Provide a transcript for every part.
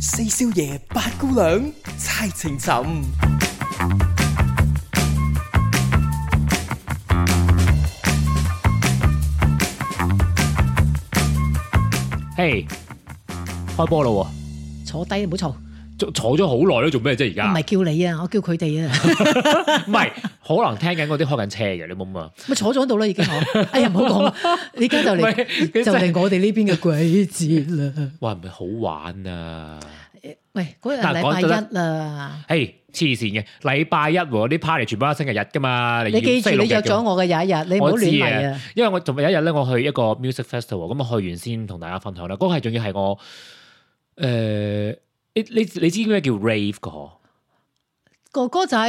少爺、八姑娘、猜情尋。嘿，開波啦喎！坐低唔好嘈，坐坐咗好耐都做咩啫？而家我唔係叫你啊，我叫佢哋 啊，唔係，可能聽緊嗰啲開緊車嘅，你冇咁啊？咪坐咗喺度啦已經我。哎呀，唔好講啦，你而家 就唔係佢嚟就真係嚟我哋呢邊嘅鬼節啦。 哇，唔係好玩啊！喂，嗰日嗱禮講拜真啦一啦，嘿，黐線嘅，禮拜一喎，啲 party 全部都星期日噶嘛，你記住你約咗我。我嘅有一日，你唔好我知亂嚟啊啊。，因為我仲有一日咧，我去一個 music festival，咁啊去完先同大家分享啦。嗰、個係仲要係我誒、呃你你你知咩叫 rave 個嗬？哥哥仔，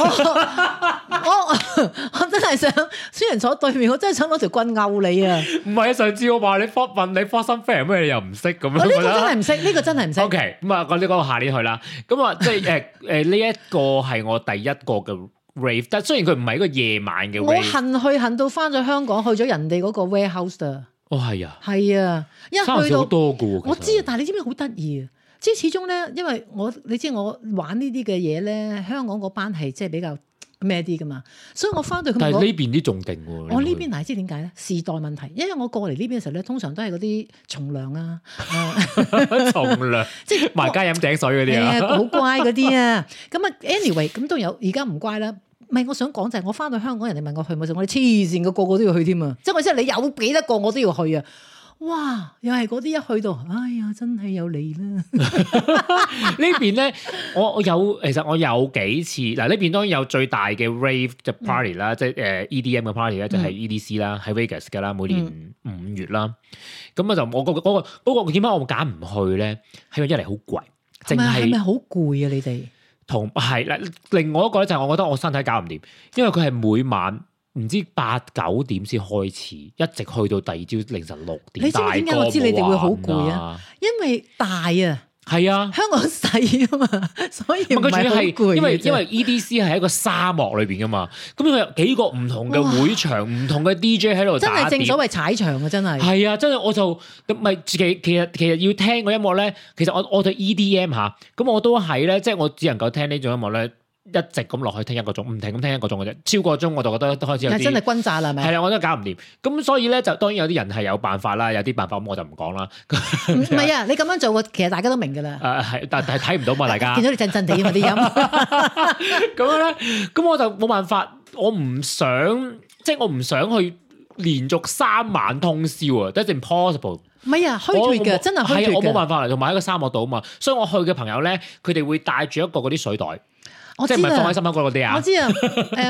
我我我真係想，雖然坐對面，我真係想攞條棍毆 你啊！唔係啊，上次我話你科問你科心 friend 咩，你又唔識咁樣。我呢個真係唔識，呢個真係唔識 O。K，咁啊，講呢個下年去啦。咁啊， 即係誒誒呢一個係我第一個嘅 rave，但雖然佢唔係一個夜晚嘅我 rave，恨去恨到翻咗香港，去咗人哋嗰個 warehouse 啊！哦係啊，係啊，一三去時好到多嘅喎。我知其啊，但係你知唔知好得意啊？即係始終咧，因為我你知我玩呢啲嘅嘢咧，香港嗰班係即係比較咩啲噶嘛，所以我翻到實，但佢係我呢邊啲仲勁喎。我你呢會邊嗱，知點解咧？時代問題，因為我過嚟呢邊嘅時候咧，通常都係嗰啲從良啊，從良，即 係埋街飲井水嗰啲啊。係 好乖嗰啲啊。咁啊，anyway，咁都有而家唔乖啦。唔係，我想講就係我翻到香港，人哋問我去冇就我哋黐線嘅，個個都要去添啊！即係我即係你有幾多個我都要去啊！哇，又係嗰啲一去到，哎呀，真係有你啦！呢 邊咧，我我有其實我有幾次嗱，呢邊當然有最大嘅 rave 嘅嗯 party 啦，即係呃誒 EDM 嘅 party 咧，就係 EDC 啦，喺 Vegas 噶啦，每年嗯五月啦。咁啊就我嗰個嗰個嗰個點解我揀唔去咧？係因為一嚟好貴，係淨咪係咪係好攰啊？你哋同係啦。另外一個咧就係我覺得我身體搞唔掂，因為佢係每晚。唔知八九點先開始，一直去到第二朝凌晨六點。你知唔知點解我知你哋會好攰啊？因為大啊，係啊，香港細啊嘛， 所以唔係佢唔仲係要好攰係嘅因為啫因為 EDC 係一個沙漠裏邊噶嘛，咁佢有幾個唔同嘅哇會場、唔同嘅 DJ 喺度真打係正碟。所謂踩場啊，真係係啊，真係我就咪自己其實其實要聽個音樂咧，其實我我對 E EDM 吓，咁我都係咧，即係我只能夠聽呢種音樂咧，一直咁落去聽一個鐘，唔停咁聽一個鐘嘅啫，超過鐘我就覺得都開始有係真啲係轟炸啦，係係咪？啦，我都搞唔掂。咁所以咧就當然有啲人係有辦法啦，有啲辦法咁我就唔講啦。唔唔係啊，你咁樣做，其實大家都明㗎啦。誒係，但但係睇唔到嘛，大家 見。到你震震地啊嘛啲 音，咁樣咧，咁我就冇辦法，我唔想，即係我唔想去連續三晚通宵啊，that's impossible。唔係啊，虛我脱我嘅，真係虛係啊我脱冇嘅。辦法嚟，同埋喺個沙漠度啊嘛，所以我去嘅朋友咧，佢哋會帶住一個嗰啲水袋，我即知係唔係放喺啊，心口嗰啲我啊，知 啊，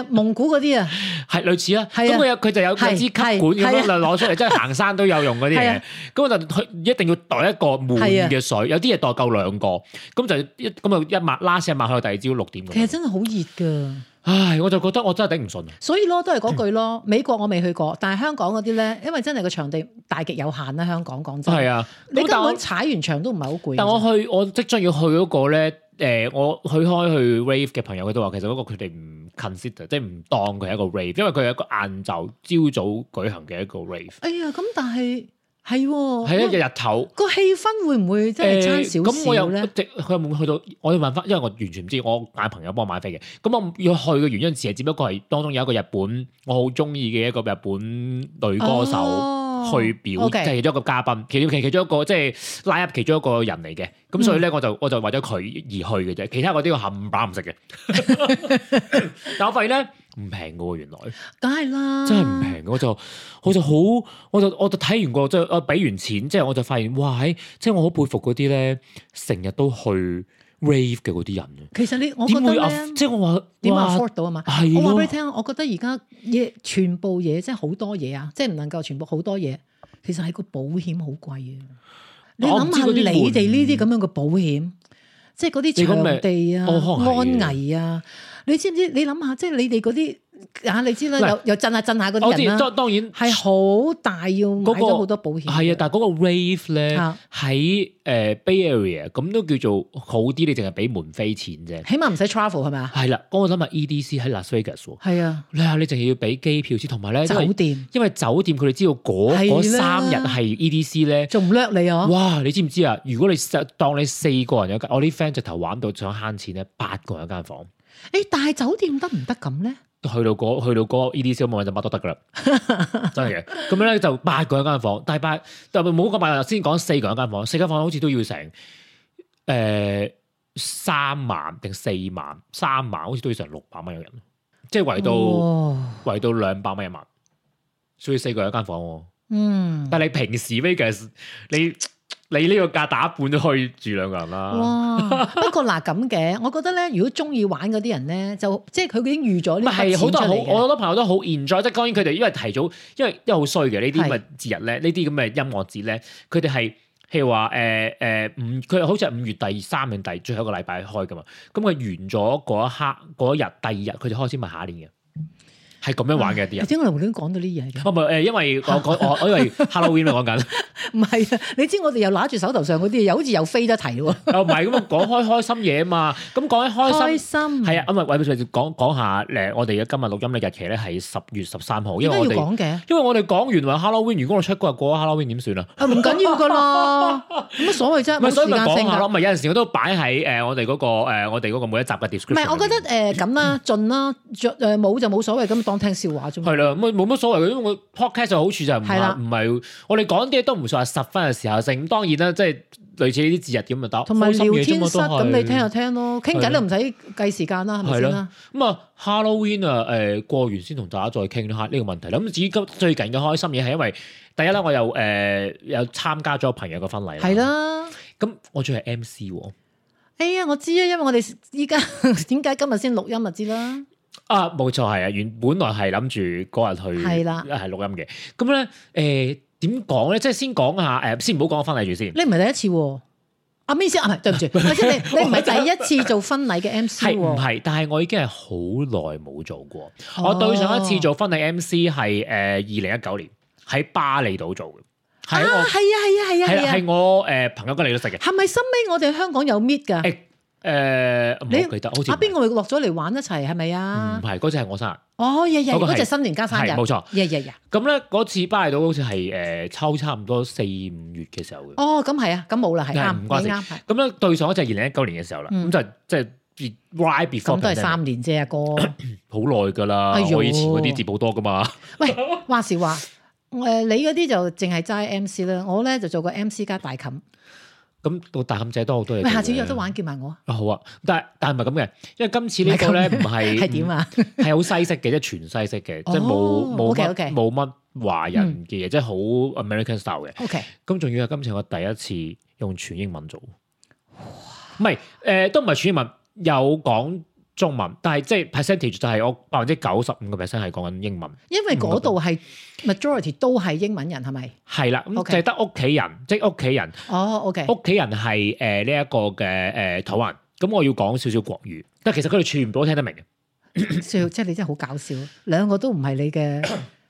誒蒙古嗰啲啊，係類似啦。係咁啊佢有佢就有有係支吸管係咁樣係啊攞出嚟，即 係行山都有用嗰啲係嘢啊。咁我就去一定要袋一個滿係啊嘅水，有啲嘢袋夠兩個，咁就一咁就一晚 last 一晚去到第二朝六點咁其實樣。真係好熱㗎。唉，我就覺得我真係頂唔順啊。所以咯，都係嗰句咯。嗯美國我未去過，但係香港嗰啲咧，因為真係個場地大極有限啦。香港講真，係啊，你咁但根我本踩完場都唔係好攰。但我去我即將要去嗰個咧，誒、我去開去 rave 嘅朋友，佢都話其實嗰個佢哋唔 consider，即係唔當佢係一個 rave，因為佢係一個晏晝朝早舉行嘅一個 rave，哎呀，咁但係係喎，係一日日頭。個氣氛會唔會真係差誒少咁、我少又咧？即佢有冇去到？我要問翻，因為我完全唔知，我嗌朋友幫我買飛嘅。咁我要去嘅原因，只係只不過係當中有一個日本我好中意嘅一個日本女歌手。哦去表 OK 即係其中一個嘉賓，其中其其中一個即係拉入其中一個人嚟嘅，咁所以嗯咧我就我就為咗佢而去嘅啫，其他嗰啲我冚唪唥唔食嘅。 但我發現咧唔平嘅喎，原來梗係啦，真係唔平嘅，我就我就好我就我就睇完個即係我呃俾完錢之後，我就發現哇，喺即係我好佩服嗰啲咧成日都去 rave 嘅嗰啲人啊，其實你我覺點得會咧啊？即係我話點哇 afford 到啊嘛？係咯我話俾你聽，我覺得而家嘢全部嘢即係好多嘢啊，即係唔能夠全部好多嘢，其實係個保險好貴啊！你我唔諗知下嗰啲你哋呢啲換咁樣嘅保險，即係嗰啲你咁咪場地啊、哦可能係嘅安危啊，你知唔知？你諗下，即係你哋嗰啲啊，你知啦，嗱又又震下震下嗰我啲知，人啦，當當然係好大，要買嗰個咗好多保險。係啊，但係嗰個 rave 咧啊喺誒 Bay Area 咁都叫做好啲，你淨係俾門飛錢啫。起碼唔使 travel 係咪啊？係啦，咁我諗下 EDC 喺 Las Vegas 喎，係啊，你話你淨係要俾機票先，同埋咧因為酒店因為酒店佢哋知道嗰係啦嗰三日 E 係 EDC 咧。仲唔掠你啊？哇！你知唔知啊？如果你實當你四個人有間，我啲 friend 直頭玩到想慳錢咧，八個人有間房，誒，但係酒店得唔得咁咧？去到嗰去到嗰 EDC 咁，我就乜都得噶啦， 真係嘅。咁樣咧就八個人有間房，但係八但係冇講八個人，先講四個人有間房，四間房好似都要成誒、呃三萬定四萬，三萬好似都要成六百蚊一個人，即係圍到、哦圍到兩百蚊一晚，所以四個人有間房喎。嗯，但係你平時 Vegas 你你呢個價打半都可以住兩個人 啦。哇！不過嗱咁嘅，我覺得咧，如果中意玩嗰啲人咧，就即係佢已經預咗唔呢筆啊係好多錢人出好，嚟嘅我好多朋友都好 enjoy，即係當然佢哋因為提早，因為因為好衰嘅呢啲咁係嘅節日咧，呢啲咁嘅音樂節咧，佢哋係譬如話誒誒五，佢、好似係五月第三定第最後一個禮拜開噶嘛，咁佢完咗嗰一刻嗰一日，第二日佢就開始問下一年嘅，係咁樣玩嘅啲你人。點解我哋無端講到呢嘢嘅？哦唔係誒，因為我講我我因為 Halloween 我講緊。唔係啊，你知我哋又揦住手頭上嗰啲嘢，又好似又飛得題喎。又唔係咁啊，講開開心嘢啊嘛，咁講起開開心。心係啊，咁啊，喂，喂講講下誒，我哋嘅今日錄音嘅日期咧係十月十三號，因點解為要我哋講嘅？因為我哋講完話 Halloween，如果我出嗰日過咗 Halloween 點算啊？啊，唔緊 要噶啦，有乜所謂啫？咪啊冇所以時咪間講性下咯，㗎。咪有陣時我都擺喺誒我哋嗰個誒我哋嗰個每一集嘅嗯 description 裏唔面。係，我覺得誒咁啦，盡啦，著誒冇就冇所謂，咁當聽笑話啫嘛。係啦，咁啊冇乜所謂嘅，因為我 podcast 嘅好處就係唔係啦係唔係我哋講啲嘢都唔算係十分嘅時候性。咁當然啦，即係類似呢啲節日咁咪得。同埋開心聊嘢啫天嘛室都係咁，你聽就聽咯，傾偈係咯都唔使計時間啦，係咪係先啦啦？，咁啊 Halloween 啊，誒、過完先同大家再傾啦呢個問題啦。咁至於今最近嘅開心嘢係因為第一啦，我又誒、呃有參加咗朋友嘅婚禮啦。係，啦。咁我仲係 MC 喎。哎呀，我知啊，因為我哋依家 點解今日先錄音咪知啦。啊，冇錯係啊，原本來係諗住嗰日去啊係啦係錄音嘅。咁咧誒點講咧？即係先講下誒、呃先唔好講婚禮住先。你唔係第一次喎，啊咩意思啊？唔係對唔住， 或者你你唔係第一次做婚禮嘅 MC 係唔喎。係？但係我已經係好耐冇做過。哦我對上一次做婚禮 MC 係誒二零一九年喺巴厘島做嘅，啊，係係我啊，係啦，係啊，係啊，係係啊。我誒朋友嗰嚟都食嘅。係咪收尾我哋香港有 meet 誒誒，㗎？唔啊你好記得，好似啊，邊唔個會落咗嚟玩一齊係咪啊？係嗰次係我生日，哦，日日嗯嗰個係嗰隻新年加生日，係冇錯。日日日。咁咧嗰次巴厘島好似係誒呃抽差唔多四五月嘅時候嘅。哦，咁係啊，咁冇啦，係係啱，唔關事你啱，係咁咧對上嗰隻係二零一九年嘅時候啦，咁嗯就即係 right 咁 before 都係 pandemic 三年啫，阿 哥。好耐㗎啦哎。呦我以前嗰啲節目多㗎嘛，喂，話時話，誒、你嗰啲就淨係齋 MC 啦，我咧就做過 MC 加大冚。咁到大冚仔都好多嘢喂，做嘅。下次約得玩叫埋我啊，啊。好啊，但係但係唔係咁嘅，因為今次呢個咧唔 係係點？啊？係好西式嘅，即係全西式嘅，即係哦冇冇 OK，OK 乜嗯冇乜華人嘅嘢，即係好 American style 嘅。 O K，咁仲要係今次我第一次用全英文做，唔係誒都唔係全英文，有講中文，但係即係 percentage 就係我百分之九十五個 percent 係講緊英文，因為嗰度係 majority 都係英文人係咪？係啦，咁 OK 就係得屋企人，即係屋企人，哦，O K，屋企人係誒呢一個嘅誒、呃台灣，咁我要講少少國語，但係其實佢哋全部都聽得明嘅，笑，即係你真係好搞笑，兩個都唔係你嘅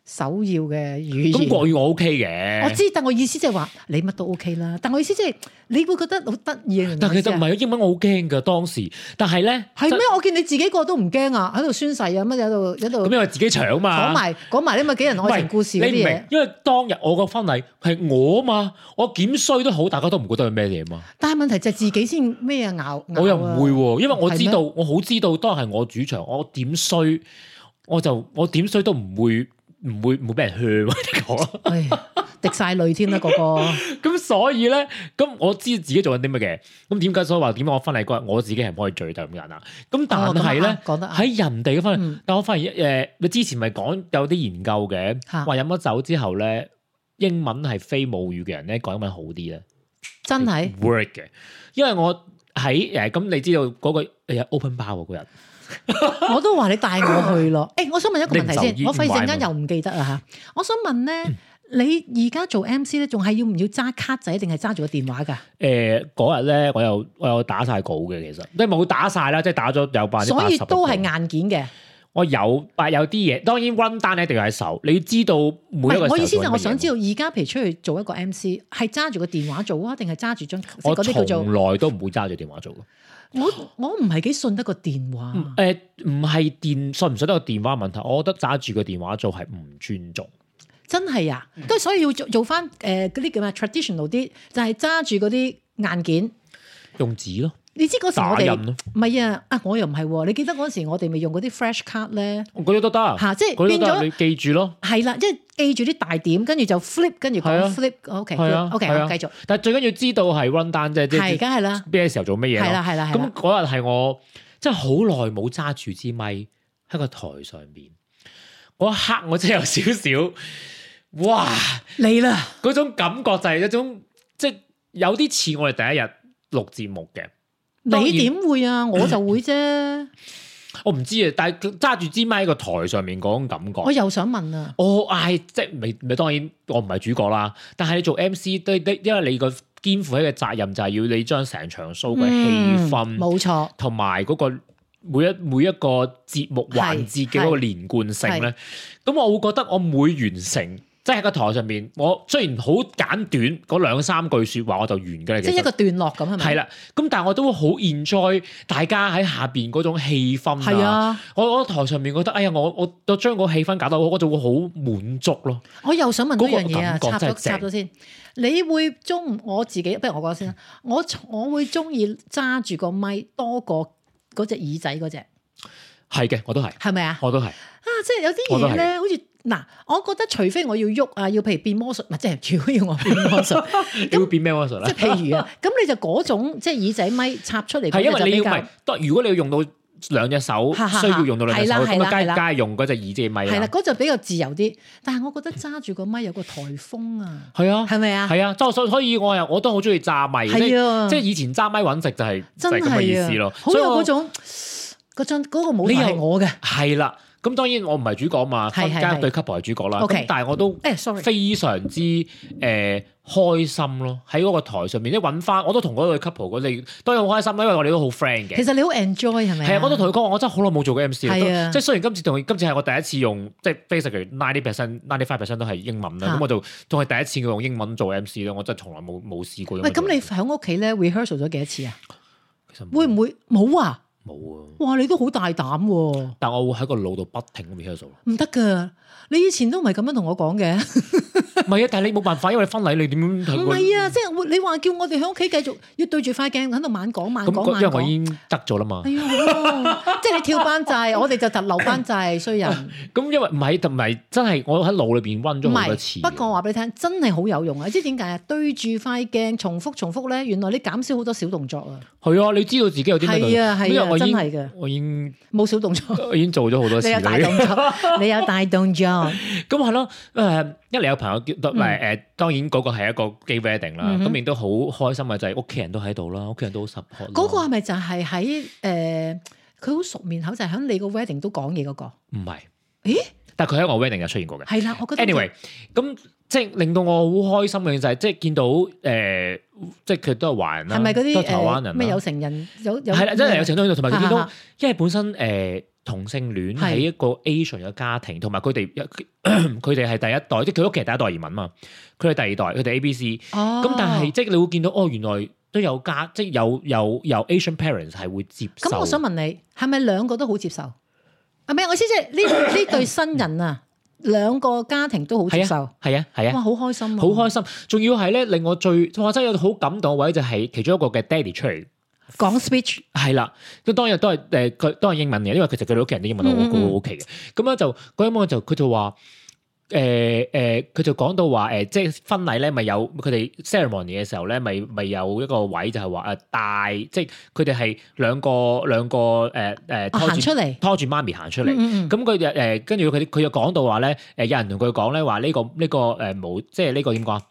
首要嘅語咁言。國語我 OK 我嘅，知，但我意思即係話你乜都 O K 啦，但我意思即係你會覺得好得意啊！但係其實唔係係英文我好驚㗎當時，但係咧係咩？我見你自己個都唔驚啊，喺度宣誓啊，乜喺度喺咁度因為自己搶嘛講。埋講埋啲咪幾人愛情故事嗰你啲唔嘢明，。因為當日我個婚禮係我嘛，我檢衰都好，大家都唔覺得係咩嘢嘛。但係問題就係自己先咩啊咬，咬啊我又唔會喎，因為我知道係我好知道，當日係我主場，我點衰我就我點衰都唔會唔會唔會俾人嘘或者講。唉，哎滴晒淚添啦，個個咁所以咧，咁我知自己做緊啲乜嘅。咁點解所以話點解我婚禮嗰日我自己係唔可以醉就係咁簡單。咁但係咧哦咁啊講得啱喺人哋嘅婚禮，嗯但我發現誒、呃你之前咪講有啲研究嘅，嚇話飲咗酒之後咧，英文係非母語嘅人咧講英文好啲咧。真係 work 嘅，因為我喺誒咁，你知道嗰、個誒 open bar 喎嗰日，我都話你帶我 去咯。誒，我想問一個你問題唔就醫先，我費事陣唔玩間喎嗯又唔記得啊嚇。我想問咧，你而家做 MC 咧，仲係要唔要揸卡仔，定係揸住個電話㗎？啊誒嗰日咧，我又我有打晒稿嘅，其實即係冇打晒啦，即係打咗有百分之八所十。以都係硬件嘅。我有，但有啲嘢，當然 run 單一定要喺手，你要知道唔每一個係，時候我意思就做緊係乜我嘢想知道，而家譬如出去做一個 MC，係揸住個電話做啊，定係揸住張即係我嗰啲叫從做來都唔會揸住電話做嘅。我我唔係幾信得個電話。誒唔係電信唔信得個電話問題，我覺得揸住個電話做係唔尊重。真係啊，嗯都所以要做做翻誒嗰啲叫咩 traditional 啲，就係揸住嗰啲硬件。用紙咯，你知嗰時我打印哋咯，唔係啊，啊我又唔係喎，你記得嗰時我哋咪用嗰啲 flash card 咧，嗰啲都得，嚇即嗰係啲都變得，咗你記住咯。係啦，即係記住啲大點，跟住就 flip，跟住係啊講 flip，OK，係啊 OK，係啊好繼續，但係最緊要知道係 run 單啫，即係係梗係啦，咩時候做乜嘢係啦咯。係啦咁係啦，嗰日係我真係好耐冇揸住支咪喺個台上邊，嗰一刻我真係有少少，哇！嚟啦，嗰種感覺就係一種即係有啲似我哋第一日錄節目嘅。當然哦你點會 啊？我就會啫，我唔知啊，但係揸住支咪喺個台上面嗰種感覺我，又想問啊，我嗌即係未未當然我唔係主角啦，但係你做 MC 都都因為你個肩負起嘅責任就係要你將成場 show 嘅氣嗯氛冇錯，同埋嗰個每一每一個節目環節嘅嗰個連貫性咧，咁我會覺得我每完成。即係喺個台上面，我雖然好簡短嗰兩三句説話我就完㗎啦，其即係一實個段落咁係咪？係啦。咁但係我都好 enjoy 大家喺下邊嗰種氣氛係啊，我我喺台上面覺得，哎呀，我我我將個氣氛搞到好，我就會好滿足咯。我又想問多樣嘢啊，嗰個感插覺真咗係正插咗先。你會中我自己，不如我講先啦。我我會中意揸住個咪多過嗰隻耳仔嗰只，係嘅，我都係，係咪啊？我都係。啊，即係有哦我都啲嘢係咧，好似嗱，我覺得除非我要喐啊，要譬如變魔術，唔係即係如果要我變魔術， 你會變咩 m 即係咧？譬如啊，咁你就嗰種即係耳仔咪插出嚟嗰係因隻為就你比要較唔係，啊當如果你要用到兩隻手，哈哈哈需要用到兩隻手，係啦係咁啦啊，梗係啦係梗係用嗰隻耳機咪係啦，啦。嗰就比較自由啲。但係我覺得揸住個咪有個颱風啊，係啊，係咪啊？係啊，即係所所以我又我都好中意揸咪，即係啊係即係以前揸咪揾食就係就真係咁嘅意係思啊咯，。好所以有我嗰種嗰種嗰個舞你台又係我嘅。係啦。咁當然我唔係主角嘛，係係分家係對 couple 係主角啦。 OK 咁但係我都誒，sorry，哎非常之誒、呃、開心咯，喺嗰個台上面，即係揾翻我都同嗰對 couple 嗰哋當然好開心啦，因為我哋都好 friend 其嘅。實你好 enjoy 係咪？係啊，我都同佢講，我真係好耐冇做過 MC 啦。係啊都即係雖然今次同佢今次係我第一次用，即係 basically ninety percent、ninety five percent 都係英文啦。嚇咁我就仲係第一次用英文做 MC 啦，我真係從來冇冇試過。喂，咁你喺屋企咧 rehearsal 咗幾多次啊？其實冇會唔會冇啊？冇啊？哇，你都好大膽喎、但我會喺個腦度不停咁 rehearsal。唔得㗎！你以前都唔係咁樣同我講 嘅，唔係啊，但係你冇辦法，因為你婚禮你點 樣睇唔個？係啊，即係會你話叫我哋喺屋企繼續要對住塊鏡喺度猛講猛咁啊講嗰因為我已猛講。經得咗啦嘛哎。呀， 即係你跳 班制，我哋就特留班制，衰人。咁因為唔係同埋真係我喺腦裏邊温唔咗好多次係，嘅。不過我話俾你聽，真係好有用啊！即係點解啊？對住塊鏡重複重複咧，原來你減少好多小動作啊！係啊，你知道自己有啲咩係啊係啊因為我已經真係嘅我已經 冇小動作，我已經做咗好多次你有啦大。動作，你有大動作。咁係咯，誒一嚟有朋友叫，嗱誒當然嗰個係一個 gay wedding 啦，嗯哼咁亦都好開心啊嘅就係屋企人都喺度啦，屋企人都好 support 啦。嗰個係啊咪就係喺誒？佢好熟面口，就係喺你個 wedding 都講嘢嗰個。唔係？咦？但係佢喺我 wedding 又出現過嘅。係啦，我覺得 anyway，咁即係令到我好開心嘅就係即係見到誒，即係佢都係華人啦，係咪嗰都係台灣啲誒人咩啦有成人有有係啦，真係有程度，同埋佢見啊啊到啊，因為本身誒同性戀係喺一個 Asian 嘅家庭，同埋佢哋 佢哋係第一代，即係佢屋企係第一代移民嘛，佢係第二代，佢哋 A B C，哦咁但係即係你會見到哦，原來都有家，即係有有有 Asian parents 係會接受。咁，我想問你係咪兩個都好接受？啊咩？我意思即係呢 呢對新人啊，兩個家庭都好接係受啊，，係啊，係哇！啊。好開心啊，好開心，仲要係咧令我最哇真係有好感動嘅位就係其中一個嘅 daddy 出嚟，講 speech 係啦，咁當然都係誒佢都係英文嘅，因為其實佢哋屋企人啲英文都好嗯嗯嗯好 OK 嘅。咁咧就嗰一幕就佢就話誒誒，佢就講到話誒，即係婚禮咧，咪有佢哋 ceremony 嘅時候咧，咪咪有一個位就係話誒帶，即係佢哋係兩個兩個誒誒啊拖行住出嚟，拖住媽咪行出嚟。嗯嗯嗯咁佢就誒，跟住佢佢又講到話咧，誒有人同佢講咧話呢個呢、個誒冇，即係呢個點講啊？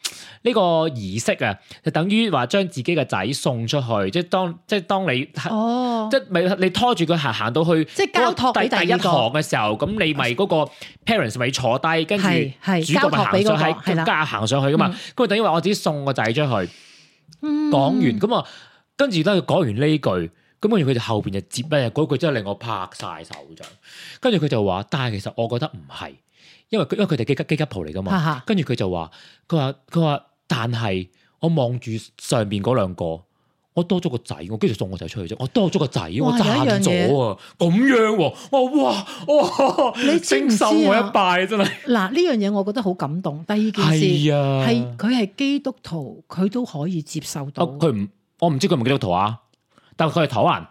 呢、個儀式啊，就等於話將自己嘅仔送出去，即係當即係當你、哦，即係咪你拖住佢行行到去即係交託俾嗰個第第一二個堂嘅時候，咁你咪嗰個 parents 咪坐低，跟住係係主角咪交託俾行上嗰個係啦係家行上去噶嘛，咁咪等於話我自己送個仔出去。嗯講完咁啊，跟住咧佢講完呢句，咁跟住佢就後邊就接咩嗰句真係令我拍晒手掌。跟住佢就話，但係其實我覺得唔係，因為佢因為佢哋基吉基吉鋪嚟噶哈嘛哈。跟住佢就話，佢話佢話，但係我望住上邊嗰兩個。我多咗個仔，我跟住送個仔出去啫。我多咗個仔，我哇有一賺樣嘢咗啊！咁樣喎，我話哇哇，你知精唔知受啊我一拜真係。嗱呢樣嘢我覺得好感動。第二件事係啊，係佢係基督徒，佢都可以接受到。哦，佢唔，我唔知佢係咪基督徒啊，但佢係台灣。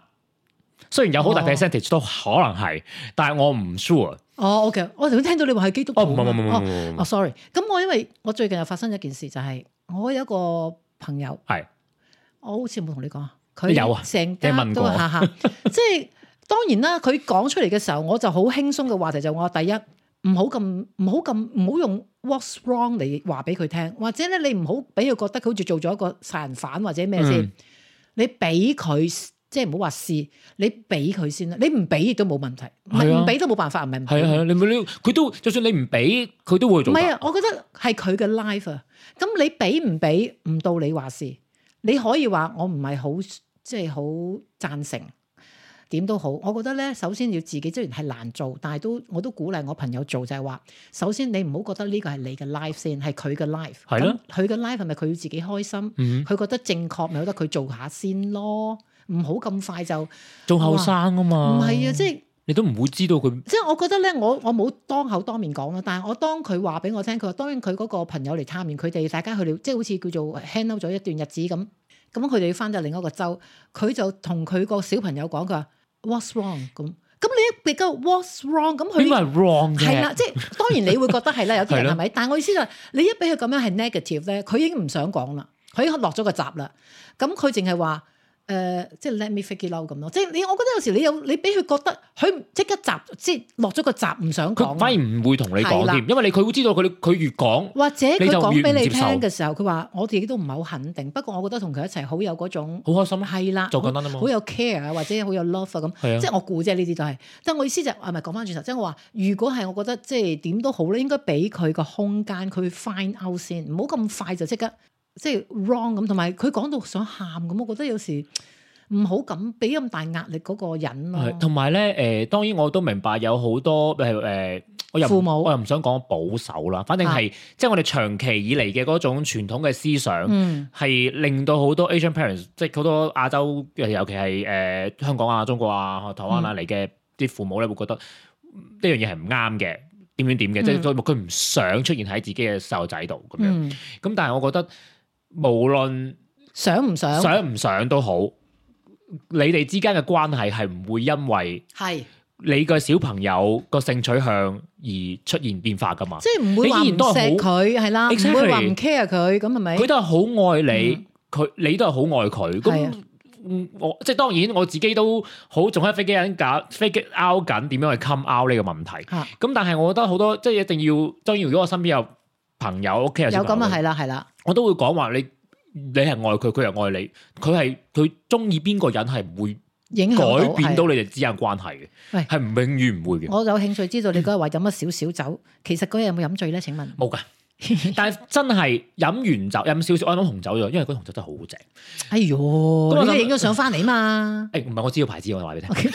雖然有好大哦 percentage 都可能係，但係我唔 sure。哦，OK，我頭先聽到你話係基督徒哦，啊唔嘛。係唔係唔係哦唔係唔哦係， ，sorry。咁我因為我最近又發生一件事，就係我有一個朋友，係我好似冇同你講啊，佢有啊成你家問都過我下下， 即係當然啦。佢講出嚟嘅時候，我就好輕鬆嘅話題就我話第一，唔好咁唔好咁唔好用 what's wrong 嚟話俾佢聽，或者咧你唔好俾佢覺得佢好似做咗一個殺人犯或者咩先，嗯你俾佢。即係唔好話試，你俾佢先啦。你唔俾亦都冇問題，唔係係啊唔俾都冇辦法，唔係唔俾係啊係啊，你咪你佢都就算你唔俾，佢都會唔做㗎。係啊，我覺得係佢嘅 life 啊。咁你俾唔俾唔到你話事，你可以話我唔係好即係好贊成，點都好。我覺得咧，首先要自己雖然係難做，但係都我都鼓勵我朋友做就係話，首先你唔好覺得呢個係你嘅 life 先，係佢嘅 life。係咯咁佢嘅 life 係咪佢要自己開心？嗯，佢覺得正確咪由得佢做下先咯，唔好咁快就唔仲後生啊嘛。係啊，即係。你都唔會知道佢。即係我覺得咧，我我冇當口當面講啦，但係我當佢話俾我聽，佢話當然佢嗰個朋友嚟探完佢哋，大家去了，即係好似叫做呃 handle 咗一段日子咁。咁佢哋要翻到另一個州，佢就同佢個小朋友講，佢話 what's wrong 咁。咁你一別鳩 what's wrong 咁應該佢係 wrong 係啦，嘅，即係當然你會覺得 係啦，有啲係咯人係咪？但係我意思就係、你一俾佢咁樣係 negative 咧，佢已經唔想講啦，佢已經落咗個閘啦。咁佢淨係話。誒、即係 let me figure it out 咁咯，即係你，我覺得有時你有你俾佢覺得佢即刻閘，即係落咗個閘，唔想佢講反而啊，唔會同你講係啦添，因為你佢會知道佢佢越講或者你佢就越講唔俾你接受聽嘅時候，佢話我自己都唔係好肯定，不過我覺得同佢一齊好有嗰種好開心啦，係啦，就簡單啊嘛好。有 care 啊，或者好有 love 啊咁。係啊即係我估啫，呢啲都係。但我意思就係啊，唔係講翻轉頭，即係我話，如果係我覺得即係點都好咧，應該俾佢個空間，佢 find out 先，唔好咁快就即刻即係 wrong 咁。同埋佢講到想喊咁，我覺得有時唔好咁俾咁大壓力嗰個人咯。係，同埋咧，誒、當然我都明白有好多誒誒、我又唔父母啊我又唔想講保守啦，反正係、即係我哋長期以嚟嘅嗰種傳統嘅思想。嗯，係令到好多 Asian parents，即係好多亞洲，尤其係誒、香港啊、中國啊、台灣啊嗯嚟嘅啲父母咧，會覺得嗯呢樣嘢係唔啱嘅，點點點嘅，即係嗯佢佢唔想出現喺自己嘅細路仔度咁樣。嗯，咁、但係我覺得無論想唔想？想唔想都好，你哋之間嘅關係係唔會因為係，你個小朋友個性取向而出現變化噶嘛？即係唔會話你依唔然都係好錫佢係啦，唔 Exactly 會話唔 care 佢咁係咪？佢都係好愛你嗯，佢、你都係好愛佢。係啊咁嗯我即係當然我自己都好仲喺飛機緊搞飛機 out 緊點樣去 come out 呢個問題。啊咁但係我覺得好多即係一定要，當然如果我身邊有朋友屋企有有小朋咁友啊，係啦，係啦，我都會講話你你係愛佢，佢又愛你，佢係佢中意邊個人係唔會影響改係變啊到你哋之間關係喂嘅，係唔永遠唔會嘅。嗯我有興趣知道你嗰日話飲咗少少酒，其實嗰日有冇飲醉咧？請問冇噶， 但係真係飲完酒飲少少，我飲紅酒咗，因為嗰啲紅酒真係好正。哎我呦，諗你影咗相翻 嚟嘛？誒唔係，我知道牌子，我話俾你聽，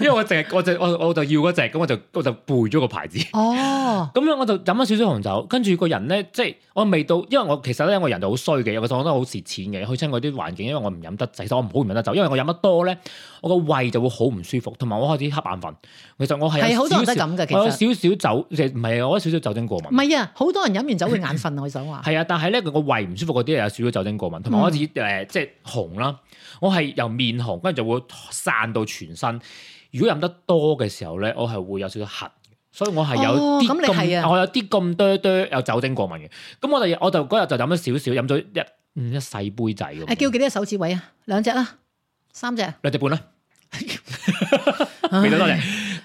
因為我淨係我就我我就要嗰只，咁我就我就背咗個牌子。 哦，咁樣我就飲咗少少紅酒，跟住個人咧，即係我未到，因為我其實咧我人就好衰嘅，我覺得好蝕錢嘅，去親嗰啲環境，因為我唔飲得，其實我唔好唔飲得酒，因為我飲得多咧，我個胃就會好唔舒服，同埋我開始瞌眼瞓。其實我係係有好多人少都少咁嘅，其我有實少少酒，即係唔係我有少少酒精過敏唔。係啊，好多人飲完酒會眼瞓啊，我想話係啊，但係咧佢個胃唔舒服嗰啲有少少酒精過敏，同埋嗯我開始誒、呃即係紅啦，我係由面紅，跟住就會散到全身。如果飲得多嘅時候咧，我係會有少少痕嘅，所以我係有哦啲咁你咁，係啊我有啲咁多多有酒精過敏嘅。咁我就我就嗰日就飲咗少少，飲咗一嗯一細杯仔咁誒，樣，叫幾多手指位啊？兩隻啦，三隻，啊兩隻半啦， 俾咗多謝。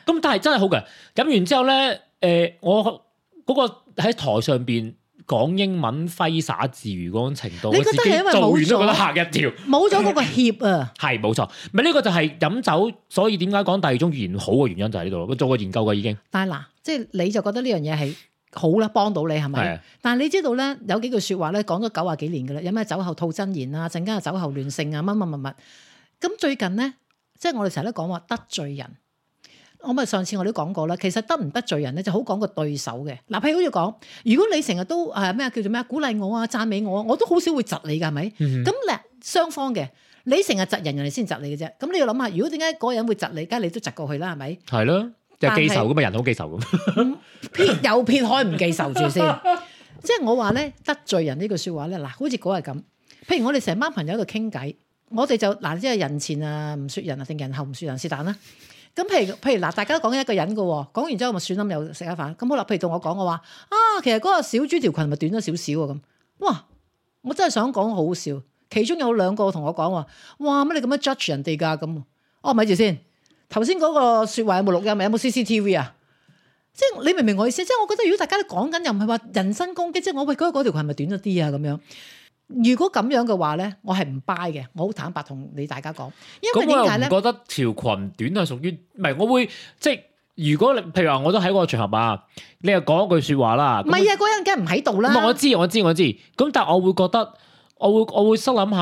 咁但係真係好嘅，飲完之後咧，誒、我嗰個喺台上邊。講英文揮灑自如嗰種程度，你我覺自得己係因為做完都覺冇得咗嚇一跳。冇咗嗰個協啊，係冇錯，咪呢個就係飲酒，所以點解講第二種語言好嘅原因就喺呢度咯。我做過研究嘅已經但係嗱，即係你就覺得呢樣嘢係好啦，幫到你係係啊咪？但係你知道咧，有幾句説話咧講咗九啊幾年㗎啦，有咩酒後吐真言啊，陣間有酒後亂性啊，乜乜乜乜。咁最近咧，即係我哋成日都講話得罪人。啊我咪上次我都講過啦，其實得唔得罪人咧，就好講個對手嘅。嗱，譬如好似講，如果你成日都誒咩、叫做咩鼓勵我啊、讚美我啊，我都好少會窒你㗎，係咪？嗯咁咧、雙方嘅，你成日窒人，人哋先窒你嘅啫。咁你要諗下，如果點解嗰個人會窒你，梗係你都窒過去啦，係咪？係咯，就係但係記仇咁嘛，人好記仇咁。撇又撇開唔記仇住先。即係我話咧，得罪人呢句説話咧，嗱，好似嗰日咁。譬如我哋成班朋友喺度傾偈，我哋就嗱，即係人前啊唔説人啊，定人後唔説人是但啦。咁譬如譬如嗱，大家都講緊一個人嘅喎，講完之後咪算啦，又食下飯。咁好啦，譬如到我講我話啊，其實嗰個小豬條裙咪短咗少少啊咁。哇！我真係想講好笑，其中有兩個同我講話，哇乜你咁樣 judge 人哋㗎咁？哦，咪住先，頭先嗰個説話有冇錄音？有冇 CCTV 啊？即係你明唔明我意思？即係我覺得如果大家都講緊，又唔係話人身攻擊，即係我喂嗰嗰條裙係咪短咗啲啊咁樣。如果咁樣嘅話咧，我係唔 buy 嘅，我好坦白同你大家講，因咁我為點又解唔咧？覺得條裙短係屬於，唔係我會即係如果你譬如話我都喺嗰個場合啊，你又講一句説話啦，唔咁係啊，嗰個人梗係唔喺度啦。咁我知我知我知，咁但係我會覺得，我會我會心諗下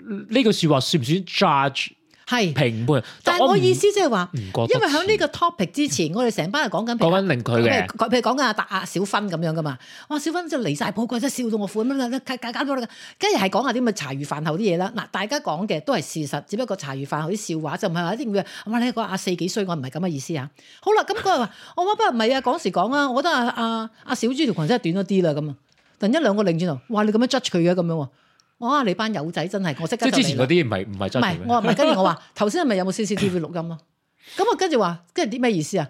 呢句説話算唔算 judge 係，評判？但係係我唔意思即係話，唔覺得，因為喺呢個 topic 之前，我哋成班人講緊譬如講緊令佢嘅。譬如譬如講緊阿達阿小芬咁樣噶嘛，哇小芬真係離晒譜，佢真係笑到我苦咁樣，搞搞搞到啦，跟住係講下啲咁嘅茶餘飯後啲嘢啦。嗱，大家講嘅都係事實，只不過茶餘飯後啲笑話就唔係話一定要哇你個阿四幾衰，我唔係咁嘅意思啊。好啦，咁佢話我話不過唔係啊，講時講啊，我覺得阿阿阿小豬條裙真係短咗啲啦咁啊。突然一兩個擰轉頭，哇你咁樣 judge 佢嘅咁樣喎，哇你班友仔真係我即即刻係就之嚟前啦嗰啲唔係唔係唔係 judge 我嘅話唔係，跟住 我話頭先係咪有冇 CCTV 錄音咯？啊咁我跟住話，跟住啲咩意思啊？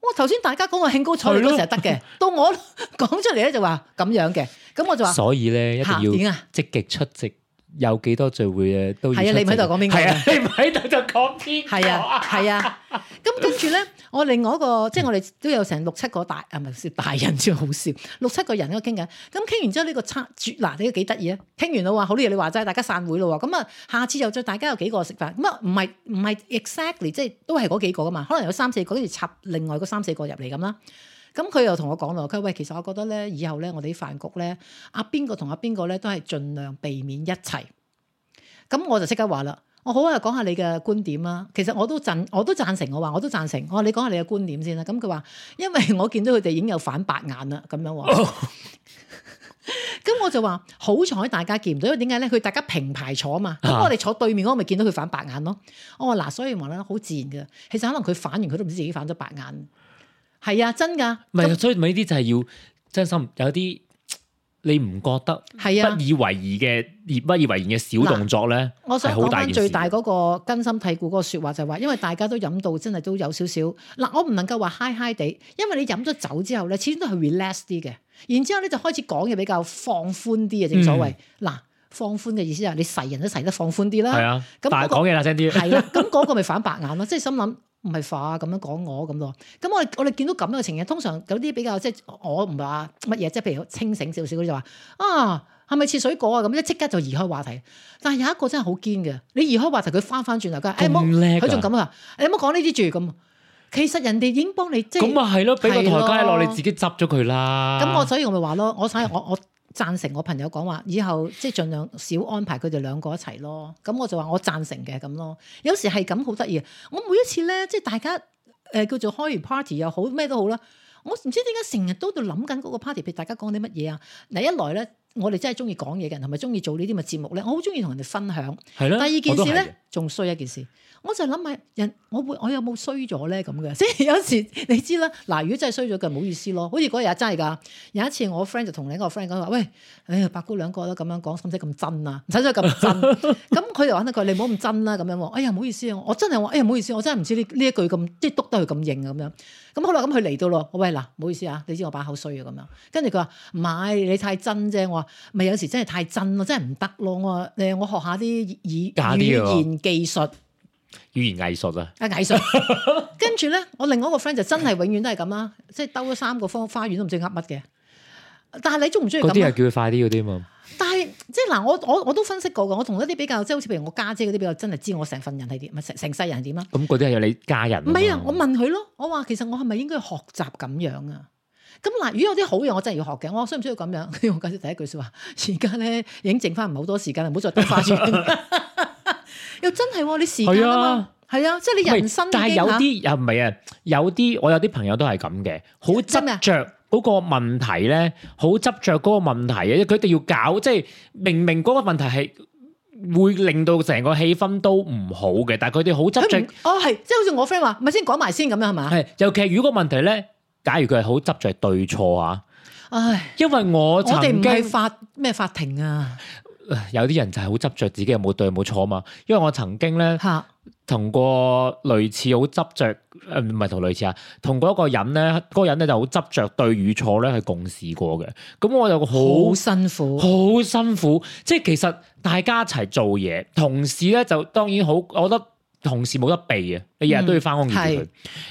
我頭先大家講個興高采烈係咯嗰時係 得嘅，到我講出嚟咧就話咁樣嘅，咁我就話所以咧一定嚇要點啊？積極出席，有幾多聚會嘅都要係啊你唔喺度講邊個係啊， 你唔喺度就講邊個係啊，係啊。咁跟住咧，我另外一個即係我哋都有成六七個大啊，唔係大人先好笑，六七個人喺度傾緊。咁傾完之後呢個餐嗱，呢個幾得意啊！傾完啦喎，好啲嘢你話齋，大家散會咯喎。咁啊，下次又再大家有幾個食飯，咁啊唔係唔係 exactly 即係都係嗰幾個噶嘛，可能有三四個跟住插另外嗰三四個入嚟咁啦。咁佢又同我講咯，佢話喂，其實我覺得咧，以後咧，我哋啲飯局咧，阿啊邊個同阿邊個咧，都係盡量避免一齊。咁我就即刻話啦，我好啊，講下你嘅觀點啦。其實我都贊，我都贊成，我話我都贊成。我話你講下你嘅觀點先啦。咁佢話，因為我見到佢哋已經有反白眼啦，咁樣喎。哦咁我就話好彩大家見唔到，因為點解咧？佢大家平排坐啊嘛，咁啊我哋坐對面嗰個咪見到佢反白眼咯。我話嗱，所以話咧好自然嘅，其實可能佢反完佢都唔知自己反咗白眼。係啊，真㗎，唔係，所以咪呢啲就係要真心有啲你唔覺得係啊不。以為意嘅而不以為然嘅小動作咧，我想係好講大翻件最事。大嗰個根深蒂固嗰個説話就係話，因為大家都飲到真係都有少少嗱，我唔能夠話嗨嗨地，因為你飲咗酒之後咧，始終都係 relax 啲嘅，然之後咧就開始講嘢比較放寬啲嘅，啊正所謂嗱、放寬嘅意思就係你噬人都噬得放寬啲啦，嗯係啊，咁但係嗰個講嘢大聲啲。係啦，咁嗰個咪反白眼咯，即係心諗唔係化咁樣講我咁咯。咁我哋我哋見到咁樣嘅情形，通常有啲比較即係我唔係話乜嘢，即係譬如清醒少少嗰啲就話啊。係咪切水果啊？咁即即刻就移開話題。但係有一個真係好堅嘅，你移開話題，佢翻翻轉頭，佢話誒咁冇，叻啊佢仲咁啊！你唔好講呢啲住咁。其實人哋已經幫你即係咁啊係咯，俾個台階係咯落，你自己執咗佢啦。咁我所以我咪話咯，我所以我我贊成我朋友講話，以後即係盡量少安排佢哋兩個一齊咯。咁我就話我贊成嘅咁咯。有時係咁好得意嘅，我每一次咧，即係大家誒、呃叫做開完 party 又好咩都好啦，我唔知點解成日都喺度諗緊嗰個 party 俾大家講啲乜嘢啊。嗱一來咧，我哋真係中意講嘢嘅人，同埋中意做呢啲咁嘅節目咧，我好中意同人哋分享。係啦，第二件我都事係嘅咧，，仲衰一件事，我就諗下人，我會我有冇衰咗咧咁嘅？ 即係有時你知啦，嗱，如果真係衰咗嘅，唔好意思咯。好似嗰日啊真係㗎，有一次我 friend 就同另一個 friend 講話，喂，唉、白姑兩個都咁樣講，使唔使咁真啊？唔使咗 咁真。咁佢又玩得佢，你唔好咁真啦咁樣喎。哎呀，唔好意思啊，我真係我，哎呀，唔好意思，我真係唔知呢呢一句咁，即係督得佢咁硬啊咁樣。咁好啦，咁佢嚟到咯，我喂嗱，唔好意思啊，你知我把口衰啊咁樣。跟住佢話唔係，你太真啫。我話咪有時真係太真咯，真係唔得咯。我話誒，我學下啲語假啲嘅喎語言技術。語言藝術啊，啊藝術，跟住咧，我另外一個 friend 就真係永遠都係咁啦，即係兜咗三個方花園都唔知噏乜嘅。但係你中唔中意嗰啲咁係啊？叫佢快啲嗰啲嘛。但係即係嗱，我我我都分析過嘅，我同一啲比較，即係好似譬如我家姐嗰啲比較，真係知我成份人係點，唔係成成世人係點啦。啊咁嗰啲係有你家人唔嘛。係啊，我問佢咯，我話其實我係咪應該學習咁樣啊？咁嗱，如果有啲好嘢，我真係要學嘅。我話需唔需要咁樣？ 跟住我解釋第一句説話，而家咧已經剩翻唔係好多時間，唔好再多花錢。 又真係喎，你時間啊嘛，係啊，即係你人生唔係已但係經有嚇啲又唔係啊，有啲我有啲朋友都係咁嘅，好真係啊執着嗰個問題咧，好執着嗰個問題嘅，佢哋要搞，即係明明嗰個問題係會令到成個氣氛都唔好嘅，但係佢哋好執佢着唔，哦係，即係好似我 friend 話，咪先講埋先咁樣係嘛？係尤其係如果個問題咧，假如佢係好執着對錯啊，唉，因為我我曾哋唔係經法咩法 庭啊有啲人就係好執着自己有冇對有冇錯嘛，因為我曾經咧。嚇，同個類似呃好執着，誒唔係同類似啊，同嗰一個人咧，嗰、個人咧就好執着對與錯咧，係共事過嘅。咁我有個好好辛苦。好辛苦，即係其實大家一齊做嘢，同事咧就當然好，我覺得。同事冇得避啊！你日日都要翻工見住佢，嗯係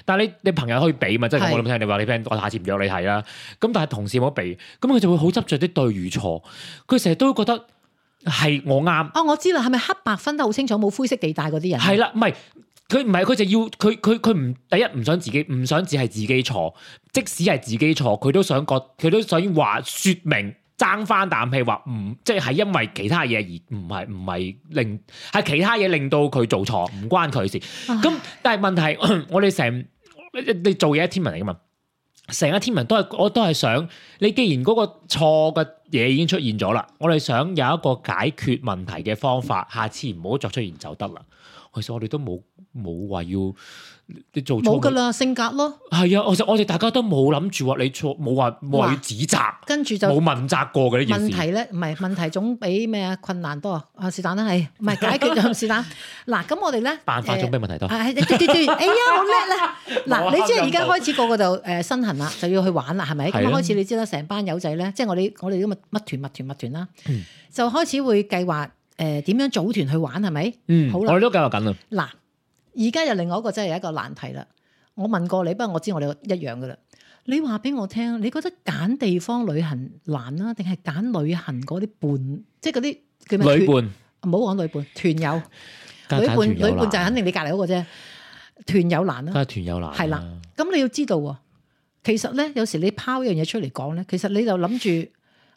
但係你你朋友可以避嘛？即係係我諗聽你話你 friend，我下次唔約你睇啦。咁但係同事冇得避，咁佢就會好執着啲對與錯，佢成日都會覺得係我啱，哦，我知啦，係咪黑白分得好清楚，冇灰色地帶嗰啲人？係啦，唔係佢唔係佢就要佢佢佢唔第一唔想自己唔想只係自己錯，即使係自己錯，佢都想覺佢都想話説明。爭翻啖氣話唔，即係因為其他嘢而唔係唔係令係其他嘢令到佢做錯，唔關佢事。咁但係問題係，我哋成你你做嘢係天文嚟噶嘛？成個天文都係我都係想你，既然嗰個錯嘅嘢已經出現咗啦，我哋想有一個解決問題嘅方法，下次唔好再出現就得啦。其實我哋都冇冇話要你做錯冇噶，啦，性格咯，係啊！我實我哋大家都冇諗住話你錯，冇話冇話要嗱指責，跟住就冇問責過嘅呢件問事。題咧，唔係問題總比咩啊困難多啊，是但啦，係唔係解決就 是但？嗱，咁我哋咧辦法總比問題多。係對對對，哎呀，好叻 啦！嗱，冇你知黑啦，暗而家到開始個個就誒身痕啦，就要去玩啦，係咪？咁係啊開始你知啦，成班友仔咧，即係我哋我哋咁嘅乜團乜團乜團啦，嗯就開始會計劃誒點樣組團去玩係咪？嗯，好我啦哋都計劃緊啦。嗱，而家有另外一個真係有一個難題啦。我問過你，不過我知我哋一樣噶啦。你話俾我聽，你覺得揀地方旅行難啦，定係揀旅行嗰啲伴，即係嗰啲叫咩？旅伴，團唔好講旅伴，團友。梗係旅揀伴團旅友伴就難，肯定你隔離嗰個啫，團友難啦。啊梗係團友難。係啦，咁你要知道喎，其實咧有時你拋一樣嘢出嚟講咧，其實你就諗住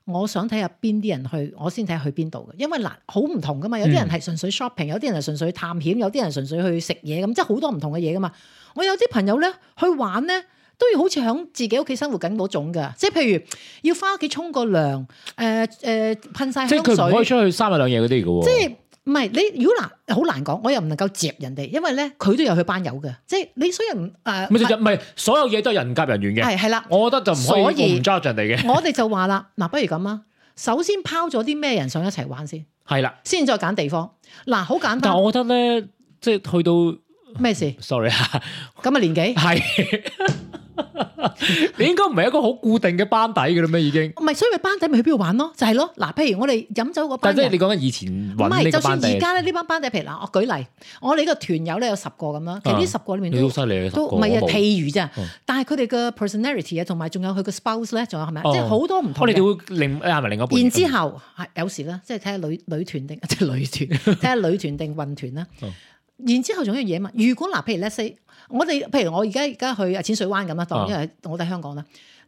我想睇下邊啲人去，我先睇下去邊度嘅，因為嗱好唔同噶嘛，有啲人嗯係純粹 shopping，有啲人係純粹探險，有啲人純粹去食嘢咁，即係好多唔同嘅嘢噶嘛。我有啲朋友咧去玩咧。都要好似喺自己屋企生活緊嗰種㗎，即係譬如要翻屋企沖個涼，誒、誒、噴晒即係香佢唔可水以，出去三日兩夜嗰啲嘅喎。即係唔係你如果嗱好難講，我又唔能夠接人哋，因為咧佢都有佢班友嘅，即係你所以唔誒咪就唔係所有嘢都係人夾人緣嘅。係係啦，我覺得就唔可以所以我唔 judge 人哋嘅。 我哋就話啦，嗱，不如咁啦，首先拋咗啲咩人想一齊玩先，係啦，先再揀地方。嗱，好簡但單，我覺得咧，即係去到咩事？ sorry 啊，咁啊年紀，係你應該唔係一個好固定嘅班底嘅啦咩已經。唔係，所以咪班底咪去邊度玩咯？就係咯，嗱，譬如我哋飲酒嗰但班即係人你，講緊以前唔揾呢係，個就班算底而，家咧呢班班底，譬如嗱，我舉例，我哋呢個團友咧有十個咁啦，其實呢啊十個裏面你好都犀利啊！都唔係啊，屁！譬如咋嗯，但係佢哋嘅 personality 啊，同埋仲有佢嘅 spouse 咧，仲有係咪啊？哦即係好多唔同我哋嘅哋會另嗌埋另一半。然之後係有時咧，即係睇下女女團定 即係女 團，睇下女團定混團啦哦。然之後仲有一樣嘢嘛，如果嗱，譬如 let's say，我哋譬如我而家而家去啊淺水灣咁啦，當啊因為我哋香港啦，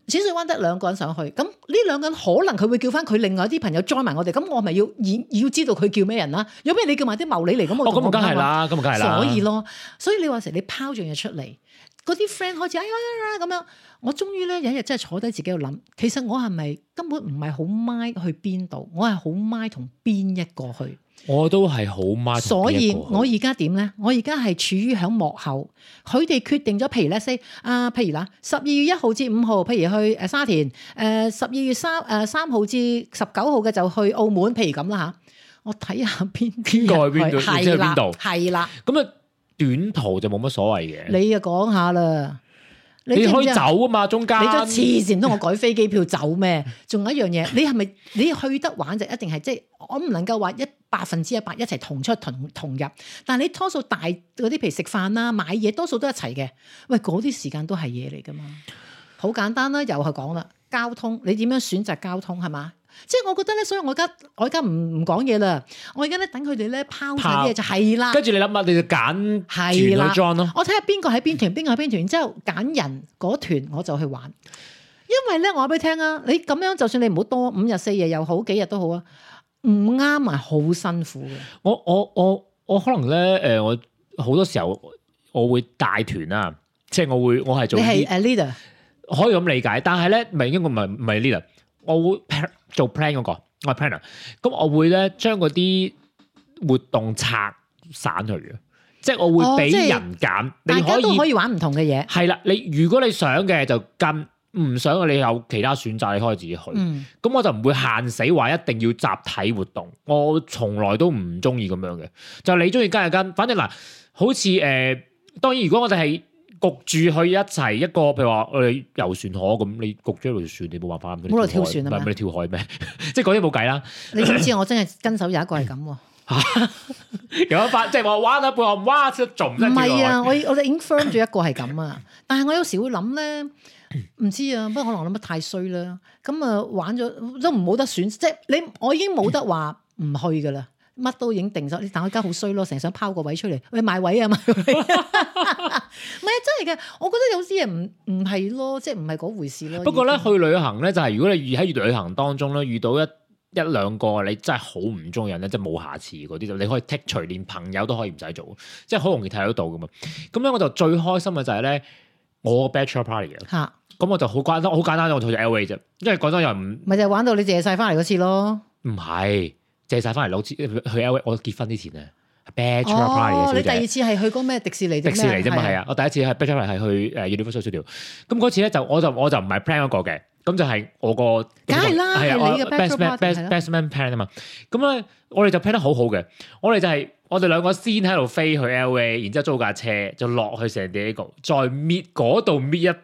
淺水灣得兩個人上去，咁呢兩個人可能佢會叫翻佢另外啲朋友 join 埋我哋，咁我咪要要要知道佢叫咩人啦？有咩你叫埋啲茂利嚟咁，我哦，咁同啊我梗係啱啊啦，咁啊梗係啦。所以咯，所以你話成你拋咗嘢出嚟，嗰啲 friend 開始哎呀哎呀咁樣，我終於咧有一日真係坐低自己喺度諗，其實我係咪根本唔係好 mind 去邊度，我係好 mind 同邊一個去，我都係好孖，所以我而家點咧？我而家係處於喺幕後，佢哋決定咗，譬如咧 say 啊，譬如啦，十二月一號至五號，譬如去誒沙田，誒十二月三誒三號至十九號嘅就去澳門，譬如咁啦吓，我睇下邊邊邊個去邊度你知去係啦邊度，係啦。咁啊短途就冇乜所謂嘅。你啊講下啦，你你知唔可以知啊？走啊嘛，中間你都黐線，都我改飛機票走咩？仲有一樣嘢，你係咪你去得玩就一定係即係我唔能夠話一百分之一百一齊同出同同入，但係你多數大嗰啲譬如食飯啦、買嘢，多數都一齊嘅。喂，嗰啲時間都係嘢嚟噶嘛，好簡單啦，又係講啦，交通你點樣選擇交通係嘛？即係我覺得咧，所以我而家我而家唔唔講嘢啦，我而家咧等佢哋咧拋晒啲嘢就係啦。跟住你諗下，你就揀團去啊係啦 join 咯。我睇下邊個喺邊團，邊個喺邊團，然之後揀人嗰團我就去玩。因為咧，我話俾你聽啊，你咁樣就算你唔好多五日四夜又好，幾日都好啊，唔啱啊，好辛苦嘅。我我我我可能咧诶、誒我好多時候我會帶團啊，即係我會我係做你係 lead- 誒 leader，可以咁理解，但係咧唔係應該唔係唔係 leader，我會 plan- 做 plan 嗰、個，我係 planner，咁我會咧將嗰啲活動拆散佢嘅，即係我哦會俾即係人揀，大你家都可可以以玩唔同嘅嘢。係啦，你如果你想嘅就跟。唔想嘅你有其他選擇，你可以自己去。咁、嗯，我就唔會限死話一定要集體活動，我從來都唔中意咁樣嘅。就你中意跟就跟，反正嗱，好似誒、呃，當然如果我哋係焗住去一齊一個，譬如話我哋遊船河咁，你焗住一條船，你冇辦法咁。冇得跳船啊嘛唔係唔係你跳海咩？ 即係嗰啲冇計啦。你知唔知我真係跟手有一個係咁喎？有一班即係話玩一半，我唔哇，仲唔得唔跳落去係啊，我我哋 infirm 咗一個係咁啊，但係我有時會諗咧，唔知啊，不過可能我諗得太衰啦。咁啊，玩咗都唔冇得選，即係你我已經冇得話唔去噶啦。乜都已經定咗，但我而家好衰咯，成日想拋個位出嚟，喂買位啊買位啊，唔係啊真係嘅，我覺得有啲嘢唔唔係咯，即係唔係嗰回事咯。不過咧，已經去旅行咧就係、如果你遇喺旅行當中咧遇到一一兩個你真係好唔中意人咧，即係冇下次嗰啲就你可以剔除，連朋友都可以唔使做，即係好容易睇得到噶嘛。咁咧我就最開心嘅就係咧我個 bachelor party 嘅，嚇，咁我就好簡單，好簡單，我就去 L A 啫，因為廣州又唔咪就係玩到你借晒翻嚟嗰次咯。唔係借晒翻嚟攞錢去 L A，我結婚之前咧 bachelor party 嘅哦，小你第姐二。次係去嗰咩迪士尼定迪咩？士尼啫嘛，係啊！我第一次係 b a c h e l 係去誒 Universal Studio，咁嗰次咧就我就我就唔係 plan 嗰個嘅，咁就係我個梗係啦係啊係我你嘅 best bachelor man party， best 係啦 best man plan 啊嘛，咁咧我哋就 plan 得好好嘅，我哋就係我哋兩個先喺度飛去 LA，然之後租架車就落去 San Diego，再 meet 嗰度 meet 一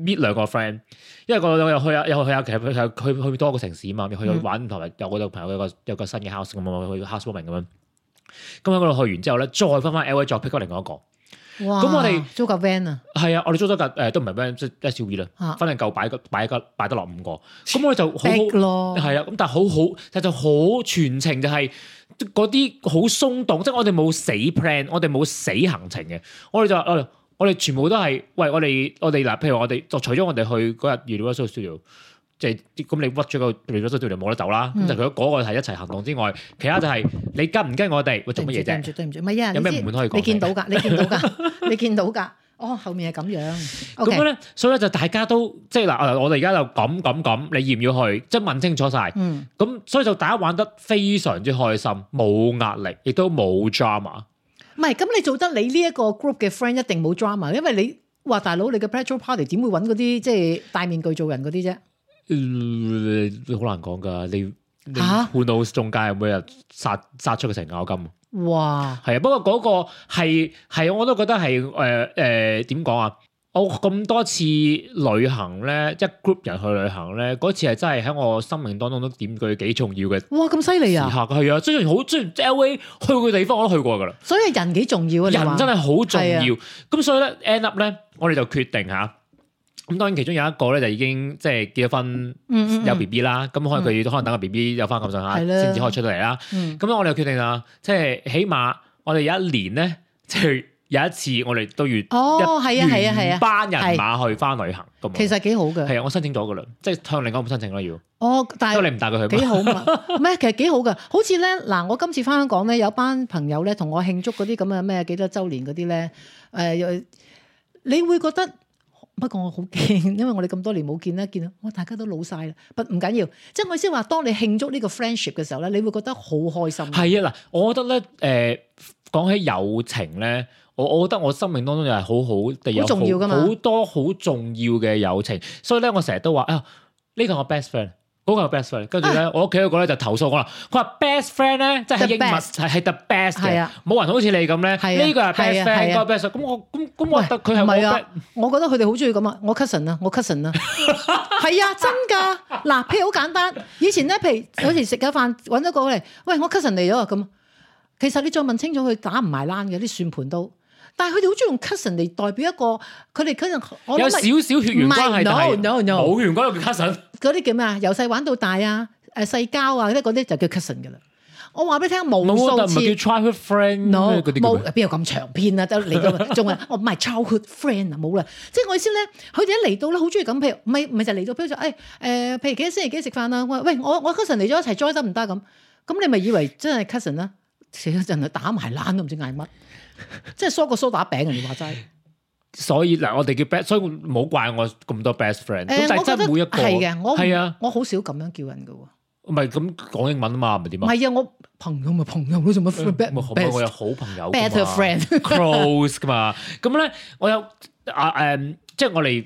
meet 兩個 friend，因為個又去啊又去啊，其實佢佢去去多個城市啊嘛，又去嗯玩同埋有個朋友有個有個新嘅 house 咁啊，去 housewarming 咁樣，咁喺嗰度去完之後咧，再翻翻 LA 再 pick up 另外一個。哇！咁我哋租架 van 啊，係啊，我哋租咗架誒都唔係咩，即係 SUV 啦啊，反正夠擺個擺個擺得落五個，咁我哋就好逼好咯，係啊，咁但係好好，但就好全程就係嗰啲好鬆動，即係我哋冇死 plan，我哋冇死行程嘅，我哋就話我哋我哋全部都係喂我哋我哋嗱，譬如我哋就除咗我哋去嗰日 Universal Studio。即係咁，你屈咗個 Universal Studio 冇得走啦。咁嗯就佢嗰個係一齊行動之外，其他就係你跟唔跟我哋，喂做乜嘢對唔啫？住，對唔住，對唔住，唔係啊！有咩你知唔可以講你見到㗎，你見到 㗎，你見到㗎。哦，後面係咁樣。咁 OK，樣咧，所以咧就大家都即係嗱，呃我哋而家就咁咁咁，你要唔要去？即係問清楚晒。嗯，咁所以就大家玩得非常之開心，冇壓力，亦都冇 drama。唔係咁，你做得你呢一個 group 嘅 friend 一定冇 drama，因為你話大佬你嘅 petrol party 點會揾嗰啲即係戴面具做人嗰啲啫？呃好難講㗎，你你嚇換到中介每日殺殺出個成咬金。哇！係啊，不過嗰個係係我都覺得係誒誒點講啊？我咁多次旅行咧，一 group 人去旅行咧，嗰次係真係喺我生命當中都點佢幾重要嘅哇！咁犀利時啊！刻係啊，雖然好雖然 L A 去嘅地方我都去過㗎啦，所以人幾重要啊！人你話真係好重係啊要。咁所以咧，end up 咧，我哋就決定嚇。咁當然其中有一個咧就已經即係結咗婚嗯嗯有嗯 B B 啦，咁可能佢可能等個 B B 有翻咁上下係啦先至可以出到嚟啦。嗯咁我哋就決定啦，即係起碼我哋有一年咧，即係有一次我哋都要哦，一係啊，係啊，係原啊，班人馬去翻旅行咁樣。其實幾好嘅。係啊，我申請咗㗎啦，即係向另一半申請啦要，因哦，但係為你唔帶佢去幾嘛。好嘛？唔係，其實幾好噶。好似咧，嗱，我今次翻香港咧，有班朋友咧同我慶祝嗰啲咁嘅咩幾多周年嗰啲咧，誒、又你會覺得不過我好驚，因為我哋咁多年冇見啦，見到哇大家都老晒啦，不唔緊要。即係我意思話，當你慶祝呢個 friendship 嘅時候咧，你會覺得好開心。係啊，嗱，我覺得咧，誒、講起友情咧，我我覺得我生命當中又係好好地有好重要㗎嘛好多好重要嘅友情，所以咧我成日都話啊，呢個係我 best friend。嗰個係我 best friend，跟住咧，我屋企嗰個咧就投訴我啦。佢話 best friend 咧，即係啊 The 喺英文 best 係係 the best 係嘅啊，冇人好似你咁係啊咧。呢個係係 best 啊 friend，係啊嗰個 best friend。咁我咁咁，我覺得佢係唔我係 best 啊，我覺得佢哋好中意咁啊！我 cousin 啊，我 cousin 啊，係啊，真㗎！嗱，譬如好簡單，以前咧，譬嗯如有時食咗飯揾咗個嚟，喂，我 cousin 嚟咗啊咁。其實你再問清楚，佢打唔埋欄嘅啲算盤都，但係佢哋好中意用 cousin 嚟代表一個佢哋 cousin，我有諗少係少血緣關係，唔係但係 no, no, no 冇緣關係叫 cousin。嗰啲叫咩啊？由細玩到大啊，誒世交啊，嗰啲嗰啲就叫 cousin 㗎啦。我話俾你聽，無冇，數但唔次。係叫 private friend no 嗯咩嗰啲叫冇咩邊有咁長 篇啊？得嚟到仲話我唔係 childhood friend 啊，冇啦。即係我意思咧，佢哋一嚟到咧，好中意咁，譬如唔係唔係就嚟到，譬如就誒誒，譬如幾啊多星期幾食飯啊？我話喂，我我 cousin 嚟咗一齊 join 得唔得咁？咁你咪以為真係 cousin 啦？死咗陣啊，打埋冷都唔知嗌乜， 即係疏過蘇打餅人哋話齋。所以嗱，我哋叫 best，所以唔好怪我咁多 best friend。咁誒，但係我覺真得係每一個係嘅，我唔係啊，我好少咁樣叫人嘅喎。唔唔係咁講英文啊嘛，唔係點啊？係啊，我朋友咪朋友咯，做乜 friend 唔係嗯我有 best 好啊朋友 better friend？ friend，close 噶嘛。咁咧，我有啊誒，即係我哋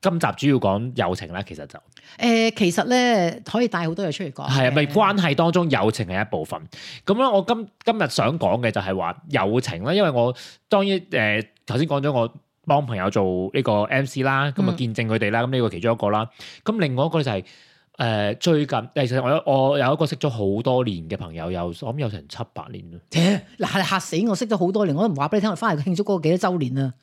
今集主要講友情啦，其實就誒，其實咧可以帶好多嘢出嚟講嘅。係啊，咪關係當中友情係一部分。咁咧，我今今日想講嘅就係話友情啦，因為我當然誒頭先講咗我。幫朋友做呢個 MC 啦，咁啊嗯見證佢哋啦，咁呢個其中一個啦。咁另外一個就係、誒、最近，其實我有我有一個識咗好多年嘅朋友，有我諗有成七八年啦。切嗱嚇死我！識咗好多年，我都唔話俾你聽，我翻嚟慶祝嗰個幾多週年啊！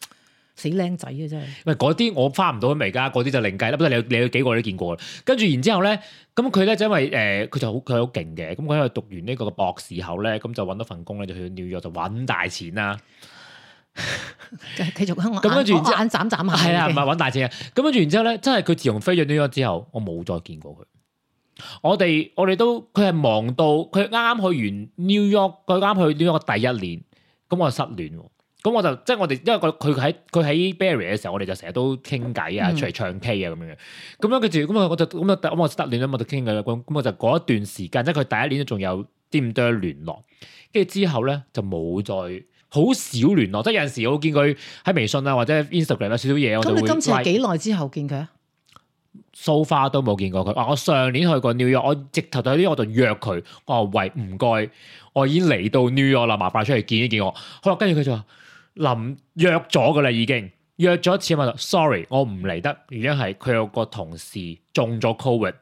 死僆仔啊真係。喂，嗰啲我翻唔到嚟㗎，嗰啲就另計啦。不過你有你有幾個你都見過啦。跟住然之後咧，咁佢咧就因為誒佢、就好佢好勁嘅，咁佢喺度讀完呢個博士後咧，咁就揾到份工咧，就去紐約就揾大錢啦。 繼續啊！我咁跟眼住然之我後眼眨眨下，係啦，唔係揾大錢啊。咁跟住然之後咧，真係佢自從飛咗紐約之後，我冇再見過佢。我哋我哋都佢係忙到佢啱啱去完 New York，佢啱去 New York 嘅第一年，咁我就失戀喎。咁我就即係我哋，因為佢佢喺佢喺 Barry 嘅時候，我哋就成日都傾偈啊，嗯出嚟唱 K 啊咁樣嘅。咁樣跟住咁我我就咁我咁我失戀啦，咁我就傾偈啦。咁咁我就嗰一段時間，即係佢第一年都仲有啲咁多聯絡，跟住之後咧就冇再好少聯絡。即係有陣時我見佢喺微信啊或者 Instagram 有少少嘢，我就咁會你今次係 like 幾耐之後見佢啊？ so far 都冇見過佢。啊話我上年去過 New York，我直頭喺呢我就約佢，我話喂唔該，我已經嚟到 New York 啦，麻煩出嚟見一見我。好啦，跟住佢就話臨約咗噶啦已經。約咗一次問就 sorry，我唔嚟得，原因係佢有個同事中咗 covid，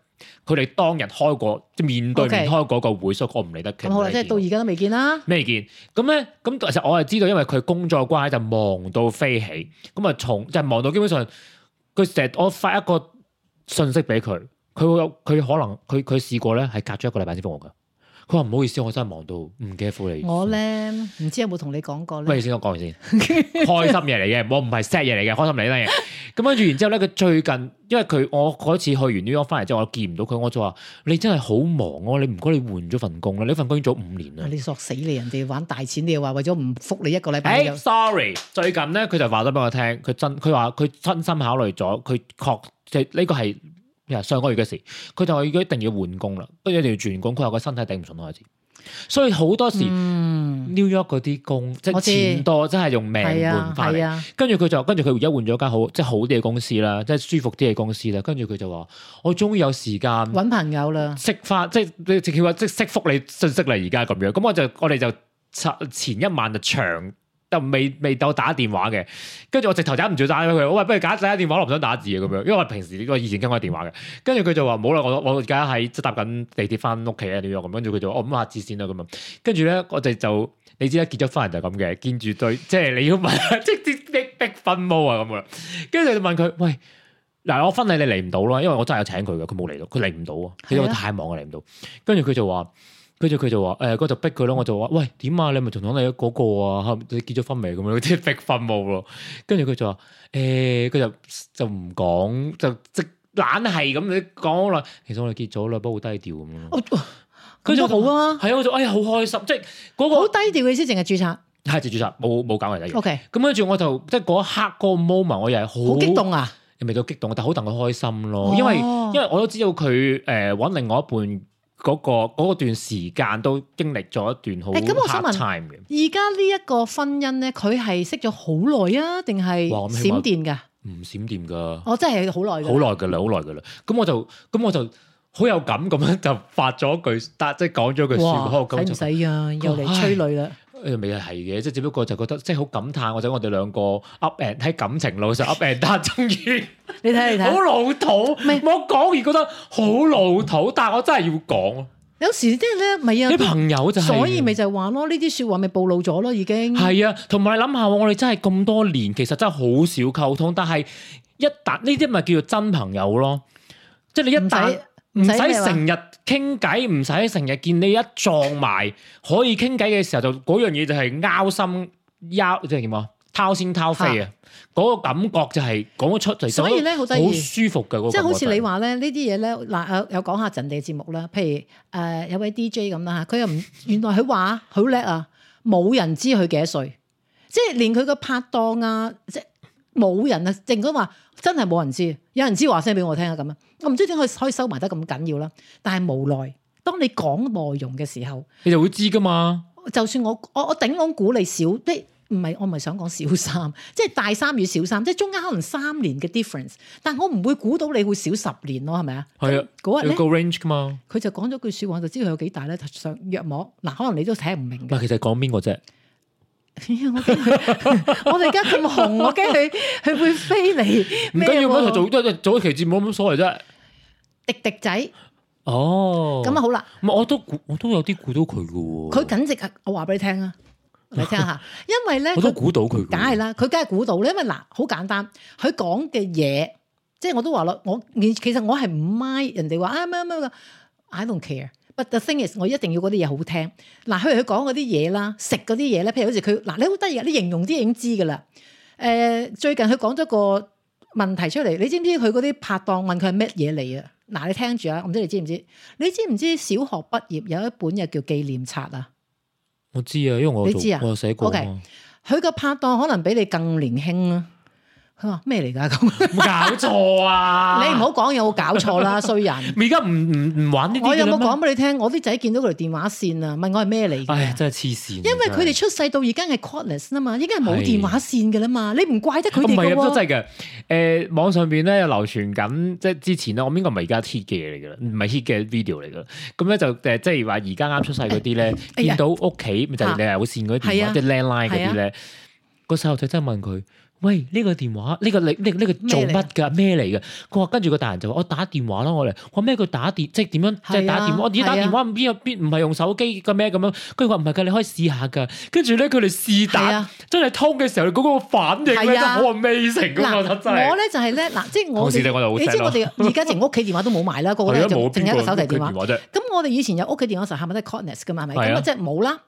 佢哋當日開過即係面對面 OK 開嗰個會，所以我唔嚟得。佢咁唔好啦，嚟即係見到我而家都未見啦。咩見？咁咧，咁其實我係知道，因為佢工作關係就忙到飛起，咁啊從就係忙到基本上，佢成日我發一個信息俾佢，佢會有佢可能佢佢試過咧係隔咗一個禮拜先覆我噶，佢話唔好意思，我真係忙到唔記得覆你。我咧唔知有冇同你講過喂，咧？先我講完先，開心嘢嚟嘅，我唔係 sad 嘢嚟嘅，開心嚟呢樣嘢。咁跟住然之後咧，佢最近因為佢我嗰次去完 New York 翻嚟之後，我見唔到佢，我就話你真係好忙啊！你唔該你換咗份工啦，你份工已經做五年啦。你索死你！人哋玩大錢，你又話為咗唔復你一個禮拜，你誒又哎 sorry，最近咧佢就話咗俾我聽，佢真佢話佢真心考慮咗，佢確即係呢個係呀上個月嘅事，佢就話佢一定要換工啦，跟住一定要轉工，佢話個身體頂唔順開始，所以好多時 New York 嗰啲工即嗯我係知錢多，真係用命係啊換翻係嚟。啊，跟住佢就跟住佢而家換咗間好即係好啲嘅公司啦，即係舒服啲嘅公司啦。跟住佢就話：我終於有時間揾朋友啦。識翻，即係你直接話即係識覆你信息啦，而家咁樣。咁我就我哋就前前一晚就長，就未未到打電話嘅，跟住我直頭忍唔住打俾佢，我話不如打打電話，我唔想打字啊咁樣，因為我平時我以前傾開電話嘅。跟住佢就話冇啦，我我而家喺即係搭緊地鐵翻屋企啊，點樣咁？跟住佢就話我咁下次先啦咁樣。跟住咧，我哋就你知啦，結咗婚人就係咁嘅，見住對即係你要問， 即係啲逼逼婚毛啊咁樣。跟住就問佢喂。嗱，我婚禮你嚟唔到啦，因為我真係有請佢嘅，佢冇嚟到，佢嚟唔到啊，佢因為係啊太忙啊嚟唔到。跟住佢就話，跟住佢就話，呃誒嗰就逼佢咯，我就話，喂點啊，你咪同講你嗰個啊，你結咗婚未咁樣，即係逼婚冇咯。跟住佢就話，誒、佢就就唔講，就即懶係咁你講好耐，其實我哋結咗啦，不過好低調咁樣咯。哦咁都好啊，係啊，我就哎呀好開心，即係嗰、好個低調嘅意思，淨係註冊。係自主殺，冇冇搞人哋。 OK，咁跟住我就即係嗰一刻嗰個 moment，我又係好好激動啊！又未到激動，但好戥佢開心咯哦，因為因為我都知道佢誒揾另外一半嗰、個嗰段時間都經歷咗一段好誒咁我想 hard 問 time 嘅，而家呢一個婚姻咧，佢係識咗好耐啊，定係哇咁起碼閃電㗎？唔閃電噶，我真係好耐好㗎。耐噶啦，好耐噶啦。咁我就咁我就好有感咁樣就發咗句，但即係講咗句説話，我哇！感哦就使唔使啊？又嚟催淚啦！誒未係嘅，即係只不過就覺得即係好感嘆，或者我哋兩個 up and 喺感情路上 up and down，終於。你睇你睇好。老土，我講完覺得好老土，但係我真係要講。有時即係咧，咪啊，啲朋友就係所以咪就係啊話咯，呢啲説話咪暴露咗咯，已經。係啊，同埋你諗下喎，我哋真係咁多年，其實真係好少溝通，但係一旦呢啲咪叫做真朋友咯，即係你一旦唔唔使使唔使咩話成日傾偈，唔使成日見你一撞埋可以傾偈嘅時候，就嗰樣嘢就係拗心拗即係點啊？掏心掏肺啊！嗰個感覺就係講得出嚟，所以咧好得意好舒服嘅嗰個感覺就係。即係好似你話咧，呢啲嘢咧，嗱有有講下陣地節目啦，譬如誒、呃 有位 DJ 咁啦嚇，佢又唔原來佢話好叻啊，冇人知佢幾多歲，即係連佢個拍檔啊，即係冇人啊，淨講話真係冇人知，有人知話聲俾我聽啊咁啊，我唔知點解佢可以收埋得咁緊要啦，但係無奈當你講內容嘅時候。你就會知噶嘛。就算我我我頂籠估你小啲，唔係我唔係想講小三， 即係大三與小三，即係中間可能三年嘅 difference，但我唔會估到你會少十年咯，係咪啊？係啊，嗰日有咧個 range 噶嘛。佢就講咗句説話，就知佢有幾大咧，就上約摸嗱，可能你都睇唔明唔嘅。 係其實講邊個啫？我驚佢我哋而家咁紅，我驚佢佢會飛嚟唔咩緊要，嗰喎台做都做一期節目冇乜所謂啫。迪迪仔哦，咁啊，好啦，唔係我都估，我都有啲估到佢噶佢喎。緊直啊！我話俾你聽啊，你聽 下，因為咧我都佢估到佢㗎喎。嗯梗係啦，佢梗係估到咧，因為嗱，好簡單，佢講嘅嘢，即係我都話啦，我其其實我係唔 mind 人哋話啊咩咩咩，I don't care。But the thing is，我一定要嗰啲嘢好聽。嗱，譬如佢講嗰啲嘢啦，食嗰啲嘢咧，譬如好似佢嗱，你好得意啊，你形容啲嘢已經知㗎啦。誒、最近佢講咗個問題出嚟，你知唔知佢嗰啲拍檔問佢係乜嘢嚟啊？嗱，你聽住啊，我唔知你知唔知？你知唔知小學畢業有一本嘢叫紀念冊啊？我知啊，因為我有你做知啊我有寫過啊 OK 嘛。佢個拍檔可能比你更年輕啊！佢話咩嚟㗎咁？冇搞錯啊！ 你唔好講嘢，我搞 錯啦，衰人！而家唔唔唔玩呢啲我有冇講講？俾你聽？我啲仔見到佢條電話線啊，問我係咩嚟唉，嘅？真係黐線！啊因因為佢哋出世到而家係 cordless 啊嘛，已經係冇電話線嘅啦嘛，你唔怪得佢唔哋嘅係啊，喎。真係嘅。誒、網上邊咧流傳緊，即係之前咧，我應該唔係而家 hit 嘅嘢嚟㗎啦，唔係 hit 嘅 video 嚟㗎啦。咁咧就誒，即係話而家啱出世嗰啲咧，哎呀見到屋企咪就係你係好線嗰啲電係話，啊即係 landline 嗰啲咧，個細路仔真係問佢。喂，呢、個電話，呢、個你呢、呢個做咩嚟乜㗎？咩嚟㗎？佢話跟住個大人就話：我打電話啦，我嚟。我話咩叫打電？即係點樣？即係係啊打電話。我而家打係啊電話唔邊邊唔係用手機嘅咩咁樣？跟住話唔係㗎，你可以試下㗎。跟住咧，佢哋試係打啊，真係通嘅時候，嗰個反應咧係真係啊好 amazing 㗎嘛！我覺得真係。我咧就係咧嗱，即係我同時我就好哋，你知 sad 咯我哋而家連屋企電話都冇埋啦，個個咧就淨係一個手提電話。啫。咁我哋以前有屋企電話時候，係咪都係 cordless 噶嘛？係咪？係咁啊啊，即係冇啦。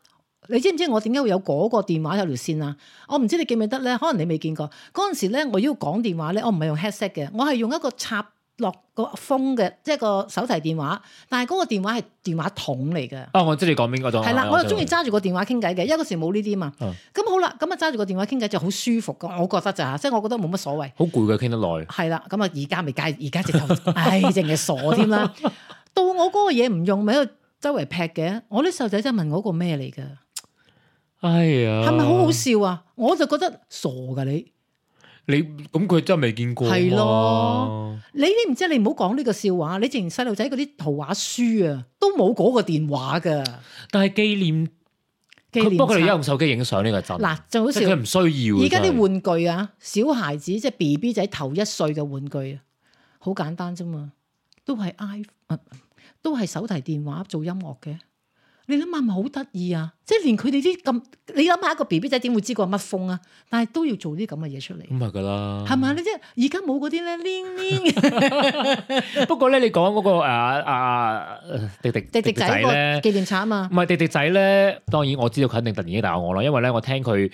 你知唔知我點解會有嗰個電話有條線啊？我唔知你記唔記得咧，可能你未見過。嗰陣時咧，我要講電話咧，我唔係用 headset 嘅，我係用一個插落個風嘅，即係個手提電話。但係嗰個電話係電話筒嚟嘅。啊，我知你講邊個咗。係啦，我又中意揸住個電話傾偈嘅，因為嗰時冇呢啲嘛嗯。咁好啦，咁啊揸住個電話傾偈就好舒服噶，我覺得咋，即係我覺得冇乜所謂。好攰嘅，傾得耐。係啦，咁啊而家咪梗係而家直頭， 唉，淨係傻添啦。到我嗰個嘢唔用，咪喺度周圍劈嘅。我啲細路仔真係問我嗰個咩嚟㗎，啊哎呀，係咪好好？笑啊？我就覺得傻㗎你，你咁佢真係未見過。係咯。你你唔知你唔好講呢個笑話，你淨細路仔嗰啲圖畫書啊，都冇嗰個電話㗎。但係紀念，紀念不過佢哋而家冊用手機影相呢個真。嗱，就好即笑係。佢唔需要。而家啲玩具啊，小孩子即係 B B 仔頭一歲嘅玩具啊，好簡單啫嘛，都係 iPhone，啊都係手提電話做音樂嘅。你諗下係咪好得意啊！即係連佢哋啲咁，你諗下一個 B B 仔點會知個乜風啊？但係都要做啲咁嘅嘢出嚟，咁係㗎啦。係咪啊？你即係而家冇嗰啲咧，黏黏不過咧，你講嗰個誒啊迪迪迪迪仔個咧。紀念冊啊嘛唔，係迪迪仔咧，當然我知道佢肯定突然間打我啦，因為咧我聽佢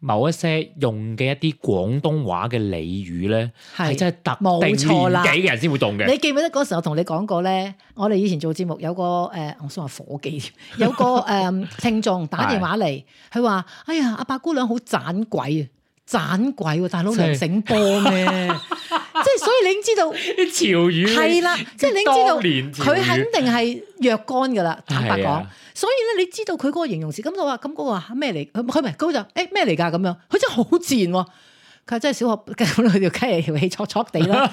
某一些用嘅一啲廣東話嘅俚語咧，係係真係特冇定年錯啦紀嘅人先會用嘅。 你記唔記得嗰時我同你講過咧？我哋以前做節目有個誒、呃我想話伙計添， 有個誒、呃、聽眾打電話嚟，佢話：哎呀，阿白姑娘好盞鬼啊！盞鬼喎，大佬真係梁醒波咩？ 即係所以你已經知道啲潮語係啦，即係你當已經年知潮道語佢肯定係若干㗎啦。坦白係講啊，所以咧你知道佢嗰個形容詞，咁我話咁嗰個話啊咩嚟？佢佢唔係佢就誒咩嚟㗎咁樣，佢真係好自然喎。佢話真係小學 咁佢條雞係條氣挫挫地 啦。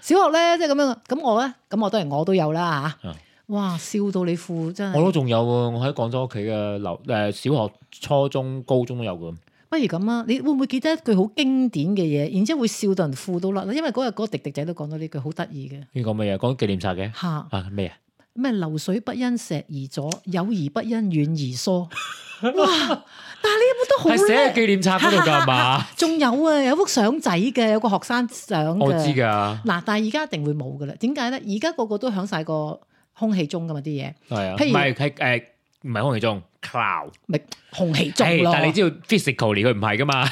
小學咧即係咁樣，咁我咧咁我當然我都有啦嚇嗯。哇！笑到你褲真我係，都仲有喎，我喺廣州屋企嘅樓誒小學、初中、高中都有嘅。不如咁啊！你會唔會記得一句好經典嘅嘢，然之後會笑到人褲都甩？因為嗰日嗰個迪迪仔都講到呢句好得意嘅你講乜嘢？講紀念冊嘅嚇。啊咩啊？咩流水不因石而左，友誼不因 遠而疏。哇！但係呢本都好係寫喺叻，紀念冊嗰度 㗎係嘛？仲有啊，有幅相仔嘅，有個學生相我知嘅。㗎，嗱，但係而家一定會冇噶啦。點解咧？而家個個都響晒個空氣中噶嘛啲嘢，係啊，唔譬如係係誒唔係空氣中 cloud。咪空氣中誒咯。 但係你知道 physically 佢唔係㗎嘛？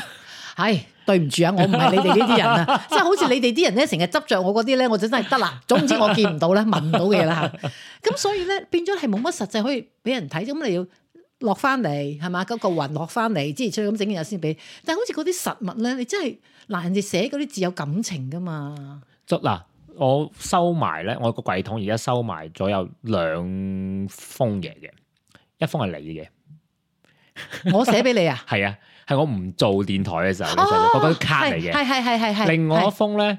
唉，對唔住 啊，我唔係你哋呢啲人啊，即係好似你哋啲人咧，成日執着我嗰啲咧，我就真係 得啦。總之我見唔到啦，聞唔到嘅嘢啦嚇。咁所以咧變咗係冇乜實際可以俾人睇，咁你要落翻嚟係嘛？嗰、個雲落翻嚟之前出去咁整嘢先俾。但係好似嗰啲實物咧，你真係嗱人哋寫嗰啲字有感情噶 嘛？就嗱，我收埋咧，我個櫃桶而家收埋咗有兩封嘢嘅，一封係你嘅，，我寫俾你啊係啊，係我唔做電台嘅時候，嗰哦嗰張卡嚟嘅。係係係係係。另外一係封咧，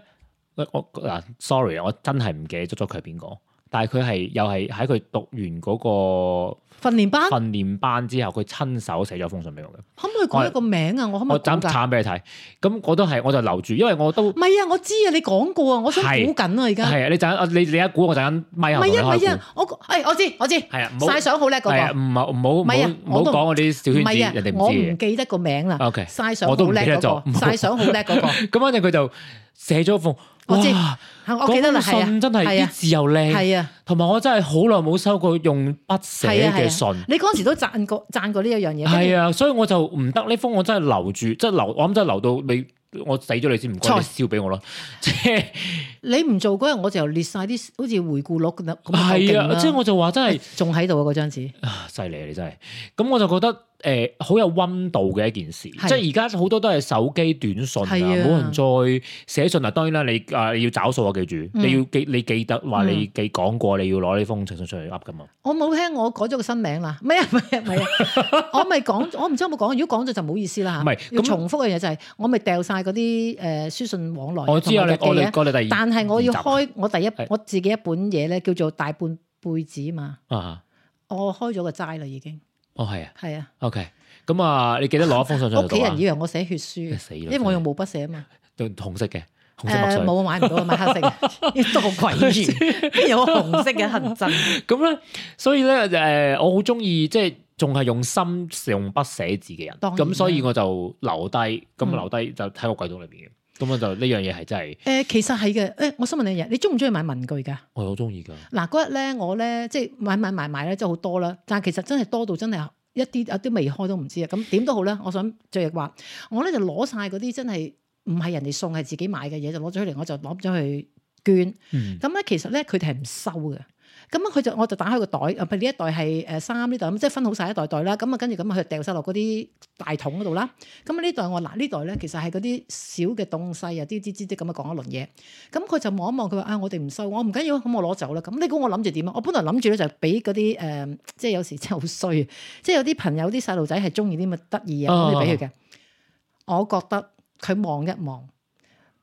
我我嗱，sorry，我真係唔記得咗佢係邊個，但係佢係又係喺佢讀完嗰訓練班個訓練班之後，佢親手寫咗封信俾我嘅，可唔可以講一個名啊？我可唔可以我斬講㗎？慘俾你睇，咁我都係我就留住，因為我都唔係啊，我知啊，你講過啊，我想係估緊啊，而家。係啊，你陣間你你一估我陣間咪唔後同你係啊，唔開估係啊，我誒我知我知，係啊唔好晒相好叻係啊，嗰個，唔好唔好唔唔係啊好唔我好都講我啲小圈唔係啊子，人哋，我唔唔知記得個名啦。 OK，晒相好我都唔叻記得嗰咗唔好個，晒相好叻嗰個，嘅。咁反正佢就寫咗封，我知哇！係我記得啦，嗰係封啊，信真係係啲啊，字又靚，係啊，同埋我真係好耐冇收過用筆寫係啊，係嘅啊信。你嗰陣時都讚過讚過呢一樣嘢，跟係住啊，所以我就唔得呢封，我真係留住，即係留，我諗真係留到你，我死咗你先唔該，錯你燒俾我咯。 即係你唔做嗰日，我就列晒啲好似回顧錄咁樣係啊，即係係我就話真 係仲喺度啊嗰張紙，啊犀利啊！你真係，咁我就覺得誒好有温度嘅一件事，即係係而家好多都係手機短信啊，係啊冇人再寫信啊。當然啦，你啊你要找數啊，記住，嗯你要記你記得話你記講過，你要攞呢封情信出嚟噏噶嘛。我冇聽我改咗個新名啦，唔係啊唔係啊唔係啊，我咪講我唔知有冇講，如果講咗就唔好意思啦嚇，唔係要咁重複嘅嘢就係我咪掉晒嗰啲誒書信往來我知啊，哦同埋你日記我哋嘅我哋第二，但係我要二集開我第一啊係我自己一本嘢咧，叫做大半輩子嘛，啊，我開咗個齋啦已經，哦係啊係啊， ，OK，咁啊，你記得攞一封信出嚟屋讀企人以啊，為我寫血 書，死啦，因為我用毛筆寫啊嘛，用紅色嘅紅色墨誒水。冇買唔到，買黑 色嘅， 都好鬼遠，邊有紅色嘅痕真？咁咧，所以咧誒、我好中意即係仲係用心用筆寫字嘅人，當然啦咁所以我就留低，咁啊嗯留低就喺個櫃桶裏邊嘅。咁啊我就呢樣嘢係真係誒，其實係嘅，誒，我想問你一樣嘢，你中唔中意買文具㗎？我好中意㗎。嗱嗰日咧，我咧即係買買買買咧，真係好多啦。但係其實真係多到真係一啲有啲未開都唔知啊。咁點都好啦，我想最話，我咧就攞晒嗰啲真係唔係人哋送係自己買嘅嘢，就攞咗出嚟，我就攞咗去捐。嗯，咁咧啊其實咧佢哋係唔收嘅。咁佢就我就打開個袋，啊譬如呢一袋係誒衫呢袋啊咁，即係分好晒一袋袋啦。咁啊跟住咁佢就掉晒落嗰啲大桶嗰度啦。咁呢袋我嗱呢袋咧其實係嗰啲小嘅東西啊，啲啲啲啲咁啊講一輪嘢。咁佢就望一望，佢話啊我哋唔收，我唔緊要，咁我攞走啦。咁你估我諗住點啊？我本來諗住咧就俾嗰啲誒，即係有時真係好衰，即係有啲朋友啲細路仔係中意啲咁嘅得意嘢，啊咁你俾佢嘅。我覺得佢望一望，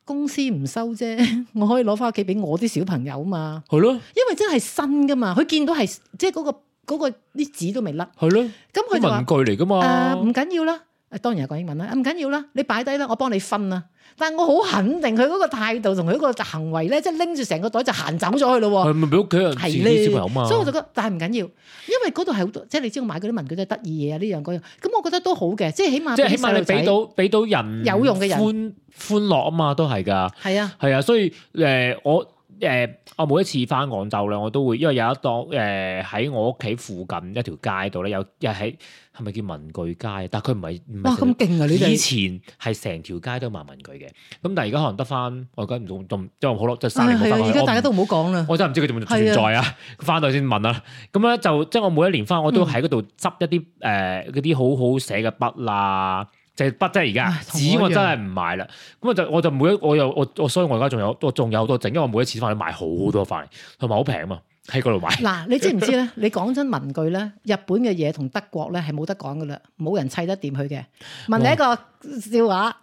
公司唔收啫，我可以攞翻屋企俾我啲小朋友嘛。係咯，因為真係新噶嘛，佢見到係即係嗰、個嗰、個啲紙都未甩，係咯，咁佢就話啊文具嚟㗎誒嘛唔。緊要啦，誒當然係講英文啦，啊唔緊要啦，你擺低啦，我幫你分啦。但係我好肯定佢嗰個態度同佢嗰個行為咧，即係拎住成個袋就行走咗去 咯喎。係咪俾屋企人自係己咧，啲小朋友嘛？所以我就覺得，但係唔緊要，因為嗰度係好多，即係你知我買嗰啲文具都係得意嘢啊，呢樣嗰樣，咁我覺得都好嘅，即係起碼即係俾起啲碼細你路仔俾到俾到人有用嘅人歡歡樂啊嘛，都係㗎。係啊，係啊，所以誒、呃我誒、呃我每一次翻廣州咧，我都會因為有一檔誒喺、我屋企附近一條街度咧，有又喺係咪叫文具街？但係佢唔係唔哇係咁成。勁啊！你以哋前係成條街都賣文具嘅，咁但係而家可能得翻，我而家唔仲仲即係好咯，即係三年冇係翻啊，去。而家我唔大家都唔好講啦。我真係唔知佢仲唔係存啊在啊！翻到去先問啦。咁咧就即係我每一年翻，我嗯都喺嗰度執一啲誒嗰啲好好寫嘅筆啦，就係筆即係而家唉啊同紙我我一樣真係唔買啦。咁我就我就每一我又我我所以我而家仲有我仲有好多整，因為我每一次翻去買好多翻嚟，同埋好平啊嘛，喺嗰度買。嗱，你知唔知咧？ 你講真文具咧，日本嘅嘢同德國咧係冇得講噶啦，冇人砌得掂佢嘅。問你一個笑話，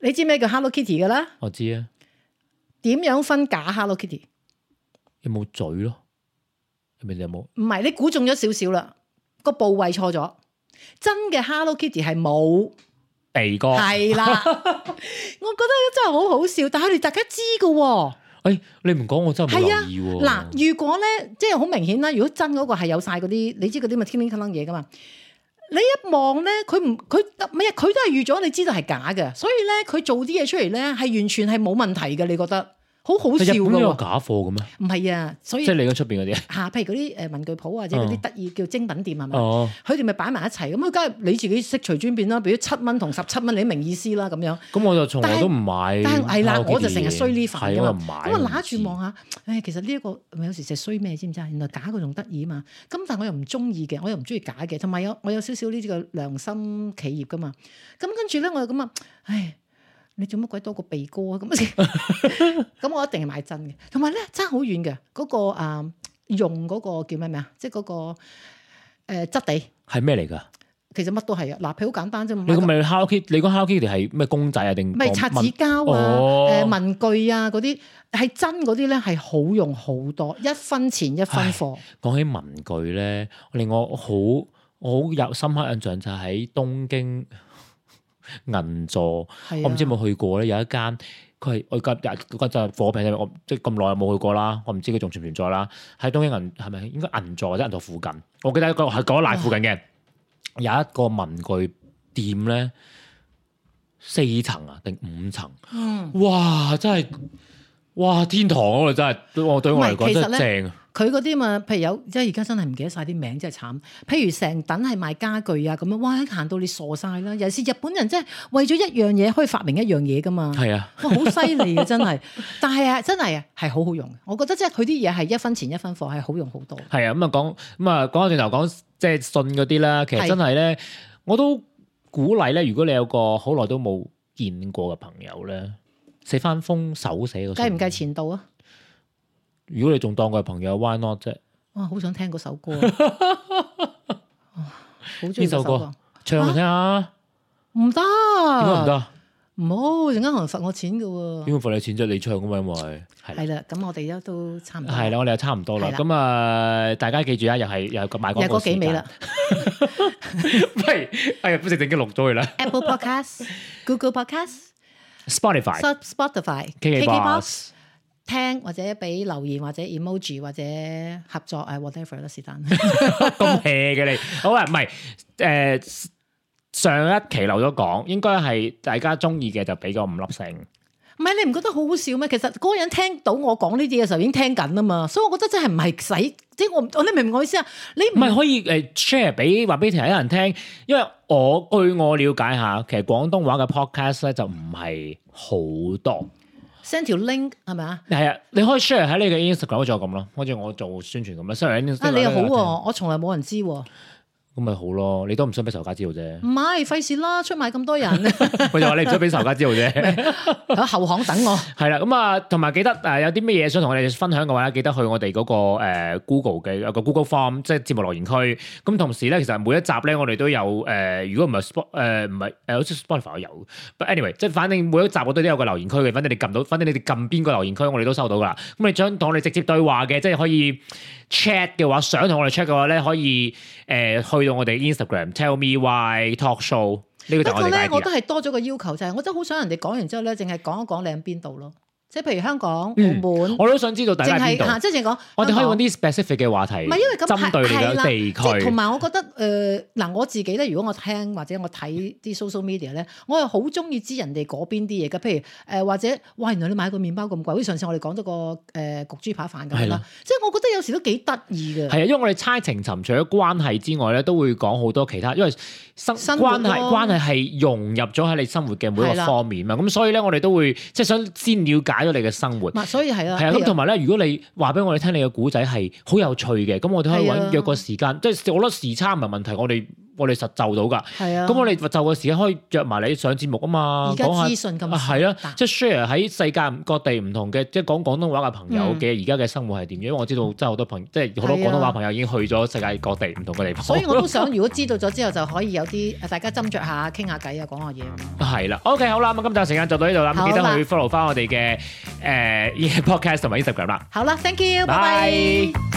你知咩叫 Hello Kitty 噶啦？我知啊，點樣分假 Hello Kitty？有冇嘴咯？入面有冇？唔係你估中咗少少啦，個部位錯咗。真嘅 Hello Kitty 係冇，鼻哥，係啦。我覺得真係好好笑，但係佢哋大家知噶喎。誒哎你唔講我真係係啊冇留意喎。嗱，如果咧，即係好明顯啦。如果真嗰個係有晒嗰啲，你知嗰啲咪天靈坑嘢噶嘛？你一望咧，佢唔佢唔係啊，佢都係預咗，你知道係假嘅，所以咧佢做啲嘢出嚟咧係完全係冇問題嘅。你覺得好好笑日本有㗎喎。假貨嘅咩？唔係啊，所以即係你嗰出邊嗰啲嚇，譬如嗰啲誒呃文具鋪或者嗰哦啲得意叫精品店係咪？哦，佢哋咪擺埋一齊咁，佢梗係你自己識隨轉變啦。比如七蚊同十七蚊，你明意思啦咁樣。咁我就從來都唔買。但係係啦， Hello 我就成日 Kitty 衰呢份係㗎我又嘛唔買。咁我揦住唔望下，唉，其實呢、一個咪有時就係衰咩，知唔知啊？原來假嘅仲得意啊嘛。咁但係我又唔中意嘅，我又唔中意假嘅，同埋有我有少少呢啲嘅良心企業噶嘛。咁跟住咧，我又咁啊，唉。你做乜鬼多個鼻哥 啊？咁 咁我一定係買真嘅，同埋咧爭好遠嘅嗰、個啊、用嗰個叫咩名啊？即係嗰、個誒、呃、質地，知係咩嚟㗎？其實乜都係啊！嗱，譬如好簡單啫嘛。你咁咪 Hello Kitty？你講 Hello Kitty 係咩公仔啊？定咪擦紙膠啊、誒、哦文具啊嗰啲，係真嗰啲咧係好用好多，一分錢一分貨。講起文具咧，令我好我好有深刻印象就喺東京銀座，係啊，我唔知有冇去過咧，有一間。佢係我今日嗰間就火拼啫，我即係咁耐冇去過啦，我唔知佢仲存唔存在啦。喺東京銀係咪應該銀座或者銀座附近？我記得一個係嗰一欄附近嘅有一個文具店咧，四層啊定五層，嗯哇！真係哇天堂嗰度真係對我對我嚟唔係講其實真係呢正啊！佢嗰啲嘛，譬如有，即係而家真係唔記得晒啲名，真係慘。譬如成等係賣家具啊咁樣，哇！行到你傻晒啦。尤其是日本人真係為咗一樣嘢可以發明一樣嘢噶 嘛。係啊，哇，好犀利啊！真係，但係啊，真係啊，係好好用嘅。我覺得即係佢啲嘢係一分錢一分貨，係好用好多。係啊，咁啊講咁啊講下轉頭講即係信嗰啲啦，其實係真係咧，我都鼓勵咧，如果你有個好耐都冇見過嘅朋友咧，寫翻封手寫嘅信計唔計？前度啊？如果你仲當佢係朋友，why not 啫？哇！好想聽嗰首歌 啊，哇好中意邊嗰首首歌歌。唱嚟聽下，啊唔得，點解唔得？唔好，陣間可能罰我錢嘅喎。點解罰你錢啫？你唱咁嘛，因為係啦係啦，咁我哋而家都差唔多。係啦，，我哋又差唔多啦。係啦咁啊，大家記住啊，又係又係買又廣係告嗰幾時味間啦。 喂，哎呀，不正正經錄咗佢啦。 Apple Podcast、Google Podcast、 Spotify、 Sub- Spotify、 KKBox。聽或者俾留言或者 emoji 或者合作誒 whatever 啦，是但。 咁 hea 嘅你，好啊，唔係誒上一期漏咗講，應該係大家中意嘅就俾個五粒星，唔係你唔覺得好好笑咩？其實嗰個人聽到我講呢啲嘢嘅時候已經聽緊啦嘛，所以我覺得真係唔係使，即係我唔我你明唔明我意思啊？你唔唔係可以誒 share 俾話俾其他人聽，因為我據我了解下，其實廣東話嘅 podcast 咧就唔係好多， send 條 link 係咪啊？係啊，你可以 share 喺你嘅 Instagram 做咁咯，好似我做宣傳咁啦，share 喺 Instagram 啊你又好俾大家聽喎，我從來冇人知喎。咁咪好咯，你都唔想俾仇家知道 啫，唔係，費事啦，出賣 咁多人，我就話你唔想俾仇家知道啫。喺後巷等我。係啦，咁啊，同埋記得誒有啲咩嘢想同我哋分享嘅話咧，記得去我哋嗰、個、呃 Google 嘅有個 Google Form，即係節目留言區。咁同時咧，其實每一集咧，我哋都有誒、呃如果唔係 Spot 誒唔係誒，好似 Spotify 有，but anyway，即係反正每一集我哋都有個留言區嘅，反正你撳到，反正你哋撳邊個留言區，我哋都收到噶啦。咁你想同我哋直接對話嘅，即係可以 chat 嘅話，想同我哋 chat 嘅話咧，可以誒、呃去到我哋 Instagram tell me why talk show 呢個就不係我過哋啊咧嘅，我 idea 都係多咗個要求，就係、我真係好想人哋講完之後咧，淨係講一講你喺邊度咯。即係譬如香港、澳嗯門，我都想知道大家淨喺邊係度。嚇，即係淨係講我哋可以香揾港啲 specific 嘅話題，啊唔係因為咁針對你係係啦嘅地即係同區。埋我覺得呃誒嗱、我自己咧，如果我聽或者我睇啲 social media 咧，我係好中意知人哋嗰邊啲嘢嘅，譬如誒、呃或者哇，原來你買個麵包咁貴，好似上次我哋講咗個誒、焗豬扒飯咁樣係啦啦，即係我覺得有時都幾得意嘅。係啊，因為我哋猜情尋除咗關係之外咧，都會講好多其他，因為生生活咯關係關係係融入咗喺你生活嘅每一係啦個方面嘛。咁所以咧，我哋都會即係想先了解咗你嘅生活。嘛，所以係啊，係啊，譬如咁同埋咧，如果你話俾我哋聽你嘅古仔係好有趣嘅，咁我哋可以係啊揾約個時間，即係我覺得時差唔係問題，我哋我哋實就到㗎。係啊，咁我哋就嘅時間可以約埋你上節目啊嘛，而家講下資訊咁啊，係啦發達，即係 share 喺世界各地唔同嘅，即係講廣東話嘅朋友嘅而家嘅生活係點樣？因為我知道真係好多朋，即係好多嗯係啊廣東話朋友已經去咗世界各地唔同嘅地方。所以我都想，如果知道咗之後，就可以有啲呃誒大家斟酌下、傾下偈啊、講下嘢。 係啦，OK，好啦，咁今集時間就到呢度啦，好啊咁啦記得去 follow 翻我哋嘅誒 podcast 同埋 Instagram 啦，好啦，thank you，拜拜。 Bye